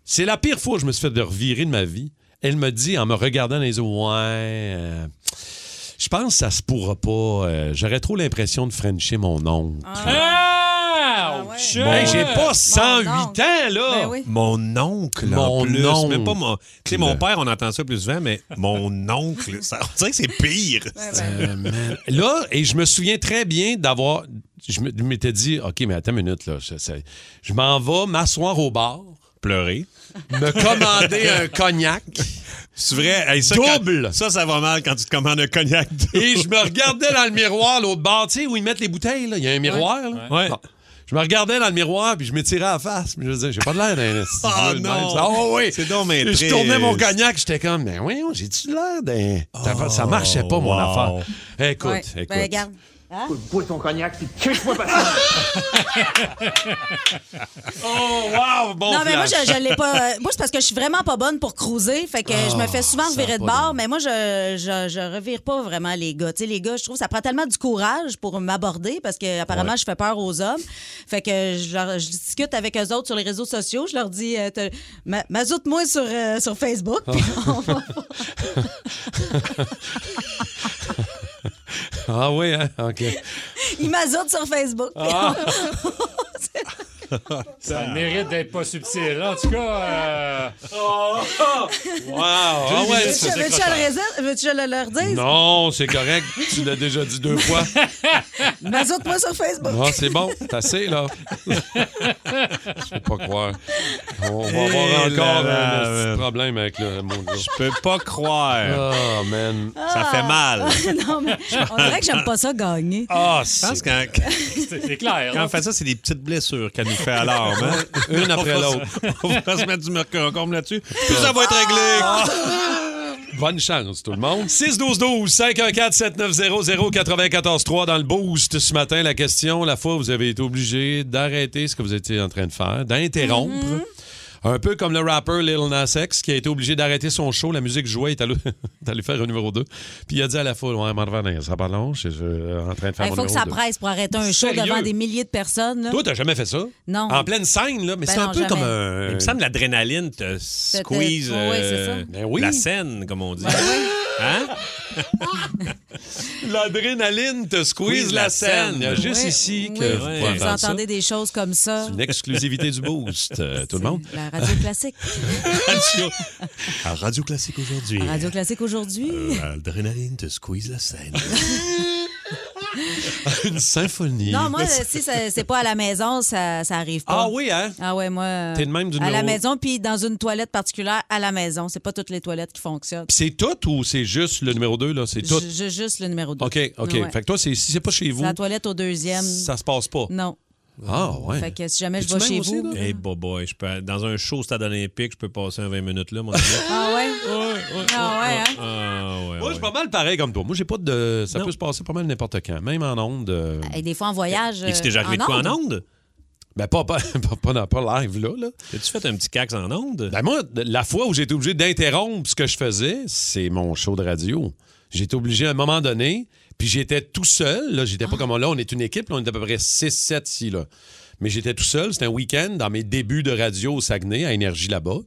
Speaker 2: C'est la pire fois que je me suis fait de revirer de ma vie. Elle me dit, en me regardant dans les yeux, « Ouais, euh, je pense que ça se pourra pas. Euh, J'aurais trop l'impression de frencher mon oncle.
Speaker 7: Ah! Hey, j'ai pas
Speaker 2: Ah, Mon
Speaker 7: 108 ans,
Speaker 2: oncle.
Speaker 7: là.
Speaker 2: Ben oui.
Speaker 7: Mon oncle,
Speaker 2: Mon
Speaker 7: en plus.
Speaker 2: oncle.
Speaker 7: Même pas mon... Tu sais, mon père, on entend ça plus souvent, mais mon oncle, ça, on dirait que c'est pire.
Speaker 4: Ben,
Speaker 2: Euh, man. Là, et je me souviens très bien d'avoir. Je me- je m'étais dit, OK, mais attends une minute, là. Je, ça- je m'en vais m'asseoir au bar.
Speaker 7: Pleurer.
Speaker 2: Me commander un cognac.
Speaker 7: C'est vrai. Hey, ça, quand- ça, ça va mal quand tu te commandes un cognac.
Speaker 2: Et je me regardais dans le miroir, l'autre bar, tu sais, où ils mettent les bouteilles, là. Il y a un miroir, là.
Speaker 7: Ouais.
Speaker 2: Bon. Je me regardais dans le miroir, puis je m'étirais à la face. Puis je me disais, j'ai pas de l'air d'un.
Speaker 7: Ah, non.
Speaker 2: Oh, oui.
Speaker 7: C'est donc bien
Speaker 2: Et Je
Speaker 7: triste.
Speaker 2: tournais mon cognac, j'étais comme, mais oui, j'ai-tu l'air d'un. Ça- ça marchait pas, mon
Speaker 7: Oh, wow.
Speaker 2: affaire. Écoute,
Speaker 4: Ouais.
Speaker 2: écoute.
Speaker 4: Ben, regarde. Hein?
Speaker 6: Bois ton cognac, puis cache-moi pas ça.
Speaker 2: Oh, wow, bon
Speaker 4: non, mais moi,
Speaker 2: flash.
Speaker 4: je, je l'ai pas. euh, Moi, c'est parce que je suis vraiment pas bonne pour cruiser. Fait que je me fais souvent
Speaker 2: Oh, ça a
Speaker 4: revirer de
Speaker 2: pas
Speaker 4: bord, mais moi, je, je, je revire pas vraiment les gars. Tu sais, les gars, je trouve que ça prend tellement du courage pour m'aborder parce que apparemment,
Speaker 19: Ouais.
Speaker 4: je fais peur aux hommes. Fait que je, leur- je discute avec eux autres sur les réseaux sociaux. Je leur dis, euh, te- ma- mazoute-moi sur, euh, sur Facebook. puis on va-
Speaker 2: Ah oui, hein? OK.
Speaker 4: Ils m'azoutent sur Facebook. puis
Speaker 2: Ah.
Speaker 3: Ça mérite d'être pas subtil. En tout cas. euh,
Speaker 2: Wow! Ah ouais,
Speaker 4: Veux-tu-
Speaker 2: c'est-
Speaker 4: veux-tu que je le résiste- veux-tu que je le leur dise?
Speaker 2: Non, c'est correct. Tu l'as déjà dit deux fois.
Speaker 4: Mazoute-moi sur Facebook.
Speaker 2: Ah, c'est bon. T'as assez, là. Je peux pas croire. On va avoir
Speaker 7: Et Eh là
Speaker 2: encore
Speaker 7: là,
Speaker 2: un
Speaker 7: man.
Speaker 2: petit problème avec le monde. Je
Speaker 7: peux pas croire.
Speaker 2: Oh, man.
Speaker 7: Ça fait mal.
Speaker 4: non, mais on dirait que j'aime pas ça gagner.
Speaker 7: Ah, je pense qu'en-
Speaker 3: C'est clair.
Speaker 7: Quand on fait ça, c'est des petites blessures qu'elle nous fait à l'arme. hein?
Speaker 2: Une après
Speaker 7: On va-
Speaker 2: l'autre.
Speaker 7: On va se mettre du mercure en comble là-dessus. Puis ça va être réglé.
Speaker 2: Ah! Bonne chance, tout le monde. 612-12-514-7900-943 dans le boost ce matin. La question, la fois, où vous avez été obligé d'arrêter ce que vous étiez en train de faire, d'interrompre.
Speaker 7: Mm-hmm.
Speaker 2: Un peu comme le rapper Lil Nas X qui a été obligé d'arrêter son show. La musique jouait, il est allé, est allé faire un numéro 2. Puis il a dit à la foule Ouais, m'en revenir, ça va pas long, je suis euh, en train
Speaker 4: Ben,
Speaker 2: de
Speaker 4: Il
Speaker 2: faire mon
Speaker 4: faut que
Speaker 2: numéro
Speaker 4: ça
Speaker 2: 2.
Speaker 4: presse pour arrêter un show
Speaker 2: Sérieux?
Speaker 4: devant des milliers de personnes. là.
Speaker 2: Toi, t'as jamais fait ça?
Speaker 4: Non.
Speaker 2: En pleine scène, là, mais
Speaker 4: Ben
Speaker 2: c'est un
Speaker 4: non,
Speaker 2: peu
Speaker 4: jamais.
Speaker 2: comme un.
Speaker 7: Il me semble que l'adrénaline te squeeze
Speaker 4: oui, c'est ça. Ben
Speaker 7: euh,
Speaker 2: Ben oui.
Speaker 7: la scène, comme on dit. Hein?
Speaker 2: L'adrénaline te squeeze
Speaker 7: Oui,
Speaker 2: la
Speaker 7: la
Speaker 2: scène.
Speaker 7: scène.
Speaker 2: Il y a juste
Speaker 4: Oui,
Speaker 2: ici
Speaker 4: oui,
Speaker 2: que vous
Speaker 4: vous,
Speaker 2: pouvez entendre ça.
Speaker 4: entendez des choses comme ça.
Speaker 2: Une exclusivité du boost, euh, tout le monde.
Speaker 4: La radio classique.
Speaker 7: Radio, à Radio Classique aujourd'hui.
Speaker 4: La radio classique aujourd'hui.
Speaker 7: Euh, L'adrénaline te squeeze la scène.
Speaker 2: Une symphonie.
Speaker 4: Non, moi, euh, si ça- c'est pas à la maison, ça, ça arrive pas.
Speaker 2: Ah oui, hein?
Speaker 4: Ah ouais, moi. euh,
Speaker 2: T'es de même du
Speaker 4: À la
Speaker 2: numéro.
Speaker 4: maison, puis dans une toilette particulière, à la maison. C'est pas toutes les toilettes qui fonctionnent.
Speaker 2: Puis c'est tout ou c'est juste le numéro 2, là? C'est tout?
Speaker 4: Ju- ju- juste le numéro 2.
Speaker 2: OK, OK.
Speaker 4: Ouais.
Speaker 2: Fait que toi, c'est- si c'est pas chez vous,
Speaker 4: C'est la toilette au deuxième.
Speaker 2: ça se passe pas.
Speaker 4: Non.
Speaker 2: Ah, ouais.
Speaker 4: Mm-hmm. Fait que si jamais je
Speaker 7: Es-tu
Speaker 4: vais
Speaker 7: même
Speaker 4: chez
Speaker 7: aussi,
Speaker 4: vous.
Speaker 7: là? Hey, boy, boy, je peux, aller- dans un show au stade olympique, je peux passer un 20 minutes là, mon ami.
Speaker 4: Ah ouais? ah ouais, hein?
Speaker 7: Ah, ouais,
Speaker 2: Moi, je suis pas mal pareil comme toi. Moi, j'ai pas de. Ça peut se passer pas mal n'importe quand, même en onde. euh,
Speaker 4: Et des fois Ah, en voyage.
Speaker 7: Et tu t'es déjà
Speaker 4: euh,
Speaker 7: arrivé de quoi en
Speaker 4: onde?
Speaker 7: onde?
Speaker 2: Ben, pas, pas, pas, pas dans- pas live, là. là.
Speaker 7: As-tu fait un petit cax en onde?
Speaker 2: Ben, moi, de- la fois où j'ai été obligé d'interrompre ce que je faisais, c'est mon show de radio. J'ai été obligé à un moment donné, puis j'étais tout seul. Là,
Speaker 7: Ah.
Speaker 2: j'étais pas comme là, on est une équipe, là, on est à peu près 6-7 ici, là. Mais j'étais tout seul, c'était un week-end dans mes débuts de radio au Saguenay, à Énergie là-bas,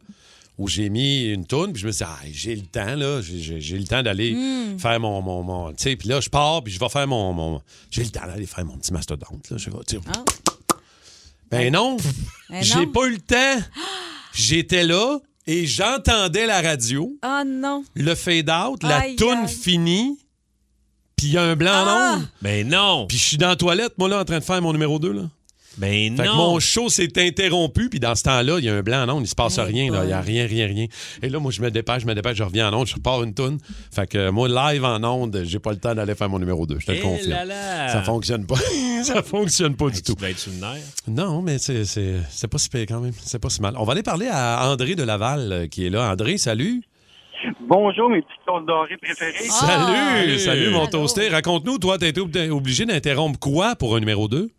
Speaker 2: où j'ai mis une tourne, puis je me suis dit, Ah, j'ai le temps, là, j'ai- j'ai j'ai le temps d'aller
Speaker 7: Mm.
Speaker 2: faire mon. mon, mon- tu sais, puis là, je pars, puis je vais faire mon. mon- j'ai le temps d'aller faire mon petit mastodonte, là. Je vais, tu sais. Ben non,
Speaker 4: Ben non.
Speaker 2: j'ai pas eu le temps. J'étais là et j'entendais la radio,
Speaker 4: Ah non.
Speaker 2: le fade-out, la
Speaker 4: Aïe,
Speaker 2: toune
Speaker 4: aïe.
Speaker 2: finie, puis il y a un blanc en onde.
Speaker 7: Ben non!
Speaker 2: Puis je suis dans la toilette, moi, là, en train de faire mon numéro 2, là.
Speaker 7: Ben
Speaker 2: Fait que
Speaker 7: non!
Speaker 2: mon show s'est interrompu, puis dans ce temps-là, il y a un blanc en onde, il se passe rien, là. Il n'y a rien, rien, rien. Et là, moi, je me dépêche, je me dépêche, je reviens en onde, je repars une toune. Fait que euh, moi, live en onde, j'ai pas le temps d'aller faire mon numéro 2, je te le
Speaker 7: Eh
Speaker 2: confirme.
Speaker 7: là là!
Speaker 2: Ça fonctionne pas. ça fonctionne pas du tout.
Speaker 7: Tu dois être sous le nerf.
Speaker 2: Non, mais c'est c'est- c'est pas si pire quand même. C'est pas si mal. On va aller parler à André de Laval euh, qui est là. André, salut.
Speaker 20: Bonjour, mes petites toasts dorées préférées.
Speaker 4: Ah!
Speaker 2: salut. Salut, mon toasté. Raconte-nous, toi, t'as été ob- obligé d'interrompre quoi pour un numéro 2?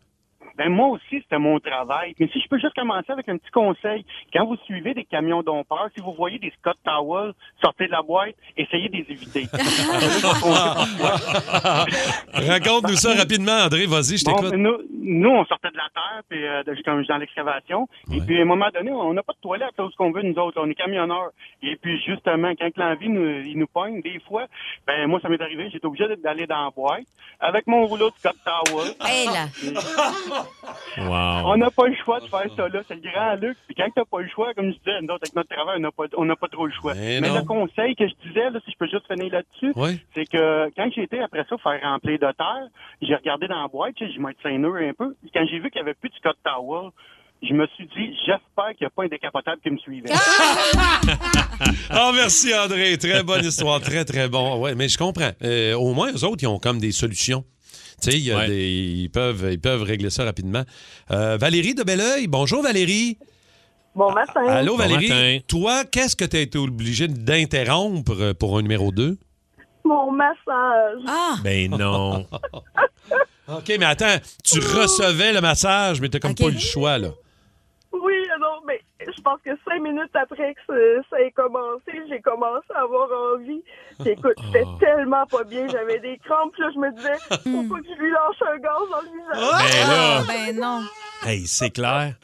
Speaker 20: Ben, moi aussi, c'était mon travail. Mais si je peux juste commencer avec un petit conseil. Quand vous suivez des camions d'ompeurs, si vous voyez des Scott Towers, sortez de la boîte, essayez de les éviter.
Speaker 2: Raconte-nous ça rapidement, André. Vas-y, je
Speaker 20: Bon,
Speaker 2: t'écoute.
Speaker 20: ben, nous, nous, on sortait de la terre, puis euh, de- comme je suis dans l'excavation. Et puis, à un moment donné, on n'a pas de toilette à cause qu'on veut, nous autres. On est camionneurs. Et puis, justement, quand l'envie nous, il nous pogne, des fois, ben moi, ça m'est arrivé, j'étais obligé d'aller dans la boîte avec mon rouleau de Scott Towers.
Speaker 4: Hey là.
Speaker 7: Wow.
Speaker 20: On n'a pas le choix de
Speaker 7: Ah,
Speaker 20: faire ça, là. C'est le grand Luc. Puis quand t'as pas le choix, comme je disais, nous autres, avec notre travail, on n'a pas, on n'a pas trop le choix.
Speaker 7: Mais
Speaker 20: Mais
Speaker 7: non.
Speaker 20: le conseil que je disais, là, si je peux juste finir là-dessus,
Speaker 7: Oui.
Speaker 20: c'est que quand j'ai été après ça faire remplir de terre, j'ai regardé dans la boîte, tu sais, je m'ai saigneux un peu. Puis Quand j'ai vu qu'il n'y avait plus de Scott Tower, je me suis dit, j'espère qu'il n'y a pas un décapotable qui me suivait.
Speaker 2: Ah, merci André. Très bonne histoire. Très, très bon. Ouais, mais je comprends. Euh, au moins, eux autres, ils ont comme des solutions. Tu sais, il y a des- ils, peuvent, ils peuvent régler ça rapidement. Euh, Valérie de Belleuil. Bonjour, Valérie. Ah,
Speaker 16: Bon matin.
Speaker 2: Allô, Valérie. Toi, qu'est-ce que tu as été obligé d'interrompre pour un numéro 2?
Speaker 16: Mon massage.
Speaker 5: Ah!
Speaker 2: Ben non. OK, mais attends, tu recevais le massage, mais t'as comme pas eu le choix, là.
Speaker 16: Oui, non, mais je pense que cinq minutes après que ça- ça ait commencé, j'ai commencé à avoir envie. Puis écoute, c'était tellement pas bien, j'avais des crampes, puis là, je me disais, faut pas que je lui lâche un gaz dans le visage.
Speaker 7: Ben
Speaker 2: Ah!
Speaker 7: là.
Speaker 5: Ben non.
Speaker 7: Hey, c'est clair.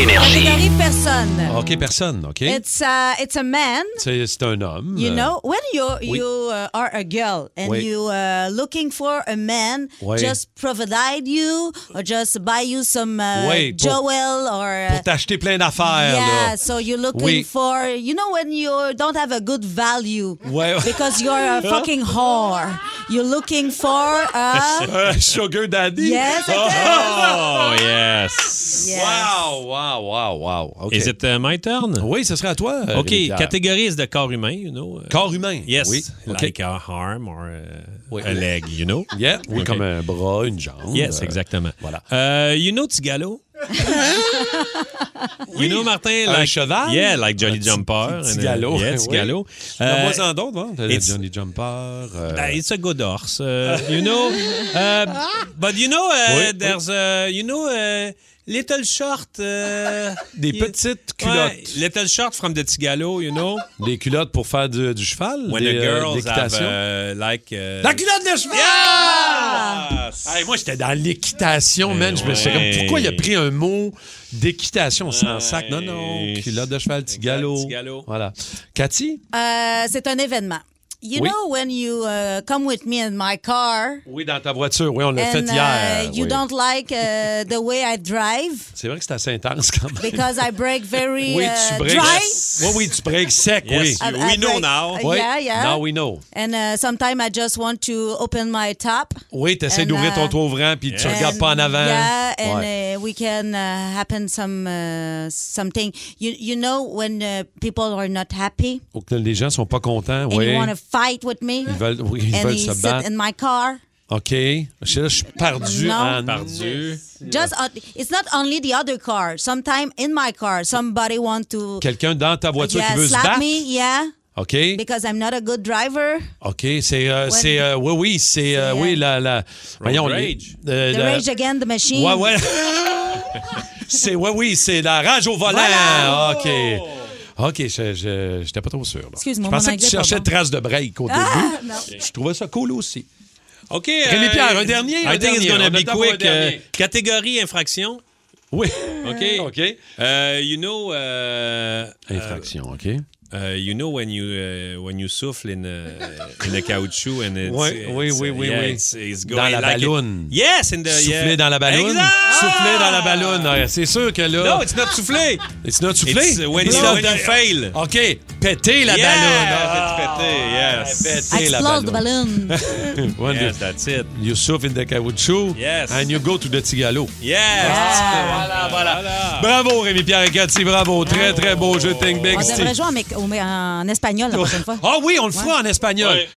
Speaker 12: Énergie.
Speaker 5: n'arrive personne.
Speaker 2: Ah, OK, personne, OK?
Speaker 5: It's, a, it's a man.
Speaker 2: C'est c'est un homme.
Speaker 5: You
Speaker 2: euh,
Speaker 5: know, when you
Speaker 2: Oui.
Speaker 5: you uh, are a girl and
Speaker 2: Oui.
Speaker 5: you uh, looking for a man,
Speaker 2: Oui.
Speaker 5: just provide you or just buy you some uh,
Speaker 2: Oui, pour-
Speaker 5: Joel or uh,
Speaker 2: Pour t'acheter plein d'affaires,
Speaker 5: yeah.
Speaker 2: là.
Speaker 5: So you're looking
Speaker 2: Oui.
Speaker 5: for you know when you don't have a good value
Speaker 2: Ouais, ouais.
Speaker 5: because you're a fucking whore. You're looking for a
Speaker 7: Euh,
Speaker 2: Un sugar daddy.
Speaker 5: Yes, it
Speaker 7: Oh, yes.
Speaker 5: Yes.
Speaker 2: Wow, wow, wow, wow. OK.
Speaker 7: Is it uh, my turn?
Speaker 2: Oui, ce serait à toi. euh,
Speaker 7: OK,
Speaker 2: Rémi Pierre.
Speaker 7: catégorie is de corps humain, you know. euh,
Speaker 2: Corps humain.
Speaker 7: Yes.
Speaker 2: Oui, OK.
Speaker 7: Like a arm or a, a leg, you know.
Speaker 2: Yeah, oui,
Speaker 7: OK.
Speaker 2: comme un bras, une jambe.
Speaker 7: Yes,
Speaker 2: euh,
Speaker 7: exactement.
Speaker 2: Voilà.
Speaker 7: Euh, you know Tigalo? you know Martin?
Speaker 2: Un
Speaker 7: like,
Speaker 2: cheval?
Speaker 7: Yeah, like Jolly
Speaker 2: Un
Speaker 7: Jumper.
Speaker 2: petit- petit
Speaker 7: and, uh,
Speaker 2: galop,
Speaker 7: Yeah,
Speaker 2: oui.
Speaker 7: Tigalo. Euh,
Speaker 2: Donne-moi en d'autres, hein? Le
Speaker 7: it's-
Speaker 2: Johnny Jumper. euh,
Speaker 7: Uh, it's a good horse, uh, you know. Uh, but you know, uh,
Speaker 2: Ah! Oui, oui.
Speaker 7: there's a, you know,
Speaker 2: euh,
Speaker 7: uh, little short. uh,
Speaker 2: Des
Speaker 7: you-
Speaker 2: petites
Speaker 7: Ouais,
Speaker 2: culottes.
Speaker 7: little short from the Tigalo, you know.
Speaker 2: Des culottes pour faire du, du cheval?
Speaker 7: When
Speaker 2: des,
Speaker 7: the
Speaker 2: euh,
Speaker 7: girls have,
Speaker 2: d'équitation?
Speaker 7: uh, like. uh,
Speaker 2: La culotte de cheval!
Speaker 7: Yes!
Speaker 2: euh, Hey, moi, j'étais dans l'équitation, man. Je me suis dit,
Speaker 7: ouais.
Speaker 2: comme, pourquoi il a pris un mot d'équitation sans sac? Non, non, culotte de cheval, petit galop.
Speaker 7: petit galop.
Speaker 2: Voilà. Cathy?
Speaker 5: Euh, c'est un événement. You
Speaker 2: Oui.
Speaker 5: know when you uh, come with me in my car
Speaker 2: Oui, dans ta voiture. Oui, on l'a fait
Speaker 5: and
Speaker 2: hier.
Speaker 5: uh, you
Speaker 2: oui.
Speaker 5: don't like uh, the way I drive.
Speaker 2: C'est vrai que c'est assez intense quand même.
Speaker 5: Because I break very
Speaker 2: oui,
Speaker 5: uh,
Speaker 2: tu breaks.
Speaker 5: dry.
Speaker 2: Oui, oui, tu breaks sec,
Speaker 7: Yes,
Speaker 2: oui.
Speaker 7: you- we know now.
Speaker 5: Uh,
Speaker 2: Oui,
Speaker 5: yeah, yeah.
Speaker 2: Now we know.
Speaker 5: And uh, sometimes I just want to open my top.
Speaker 2: Oui, tu essaies
Speaker 5: And,
Speaker 2: d'ouvrir ton
Speaker 5: uh,
Speaker 2: toit ouvrant puis tu
Speaker 5: and-
Speaker 2: regardes pas en avant.
Speaker 5: Yeah, and uh,
Speaker 2: Ouais.
Speaker 5: we can uh, happen some uh, something. You you know when uh, people are not happy
Speaker 2: Ou que les gens sont pas contents.
Speaker 5: and
Speaker 2: Oui.
Speaker 5: you want to fight with me.
Speaker 2: Ils veulent, oui, ils
Speaker 5: and
Speaker 2: veulent
Speaker 5: you
Speaker 2: se
Speaker 5: sit
Speaker 2: battre.
Speaker 5: in my car.
Speaker 2: OK. Je suis là, je suis perdu
Speaker 5: Non.
Speaker 2: en.
Speaker 7: Pardieu.
Speaker 5: Just on- it's not only the other car. Sometimes in my car, somebody want to
Speaker 2: Quelqu'un dans ta voiture
Speaker 5: yeah,
Speaker 2: qui veut se
Speaker 5: slap
Speaker 2: battre.
Speaker 5: me. Yeah,
Speaker 2: OK.
Speaker 5: because I'm not a good driver.
Speaker 2: OK, c'est. euh,
Speaker 5: Ouais.
Speaker 2: c'est euh, oui, oui, c'est. euh, oui, la. la voyons, les-
Speaker 7: rage.
Speaker 2: euh,
Speaker 5: The
Speaker 2: la-
Speaker 5: rage again, the machine.
Speaker 2: Ouais, ouais. c'est. Oui, oui, c'est la rage au volant.
Speaker 5: Voilà.
Speaker 2: OK. OK, je- je n'étais pas trop sûr. là.
Speaker 5: Excuse-moi,
Speaker 2: Je pensais
Speaker 5: mon
Speaker 2: que tu
Speaker 5: anglais est pas
Speaker 2: cherchais
Speaker 5: bon.
Speaker 2: trace de break au
Speaker 5: Ah,
Speaker 2: début.
Speaker 5: non.
Speaker 2: Je trouvais ça cool aussi.
Speaker 7: OK.
Speaker 2: Rémi
Speaker 7: euh,
Speaker 2: Pierre, un dernier,
Speaker 7: I
Speaker 2: un
Speaker 7: think
Speaker 2: dernier.
Speaker 7: it's gonna
Speaker 2: On a
Speaker 7: be
Speaker 2: le temps pour un
Speaker 7: quick.
Speaker 2: dernier.
Speaker 7: Euh, catégorie infraction.
Speaker 2: Oui.
Speaker 7: OK.
Speaker 2: OK.
Speaker 7: Euh, you know. euh,
Speaker 2: Infraction, OK.
Speaker 7: Uh, you know when you uh, when you souffle in a, in a caoutchouc and it's,
Speaker 2: Oui,
Speaker 7: it's,
Speaker 2: oui,
Speaker 7: uh,
Speaker 2: oui, oui,
Speaker 7: yeah,
Speaker 2: oui.
Speaker 7: It's, it's
Speaker 2: Dans
Speaker 7: going
Speaker 2: la
Speaker 7: like it-
Speaker 2: balloune.
Speaker 7: Yes, in the
Speaker 2: Souffler
Speaker 7: yeah.
Speaker 2: dans la balloune.
Speaker 7: Exact!
Speaker 2: Souffler dans la balloune. Ouais, C'est sûr que là.
Speaker 7: No, it's not souffler.
Speaker 2: It's not soufflé.
Speaker 7: It's when you- when you fail.
Speaker 2: OK. Péter la
Speaker 7: Yeah!
Speaker 2: ballonne. Ah,
Speaker 7: yes.
Speaker 5: Explose the balloon.
Speaker 2: When
Speaker 7: Yes,
Speaker 2: you-
Speaker 7: that's it.
Speaker 2: You surf in the caoutchouc.
Speaker 7: Yes.
Speaker 2: And you go to the Tigalo.
Speaker 7: Yes!
Speaker 2: Ah,
Speaker 7: voilà,
Speaker 2: Bravo, Rémi-Pierre et Cathy. Bravo. Très, très beau jeu, Ting Big
Speaker 5: On
Speaker 2: Steve.
Speaker 5: devrait jouer en, mec- au- en espagnol la prochaine fois.
Speaker 2: Ah oui, on le fera en espagnol.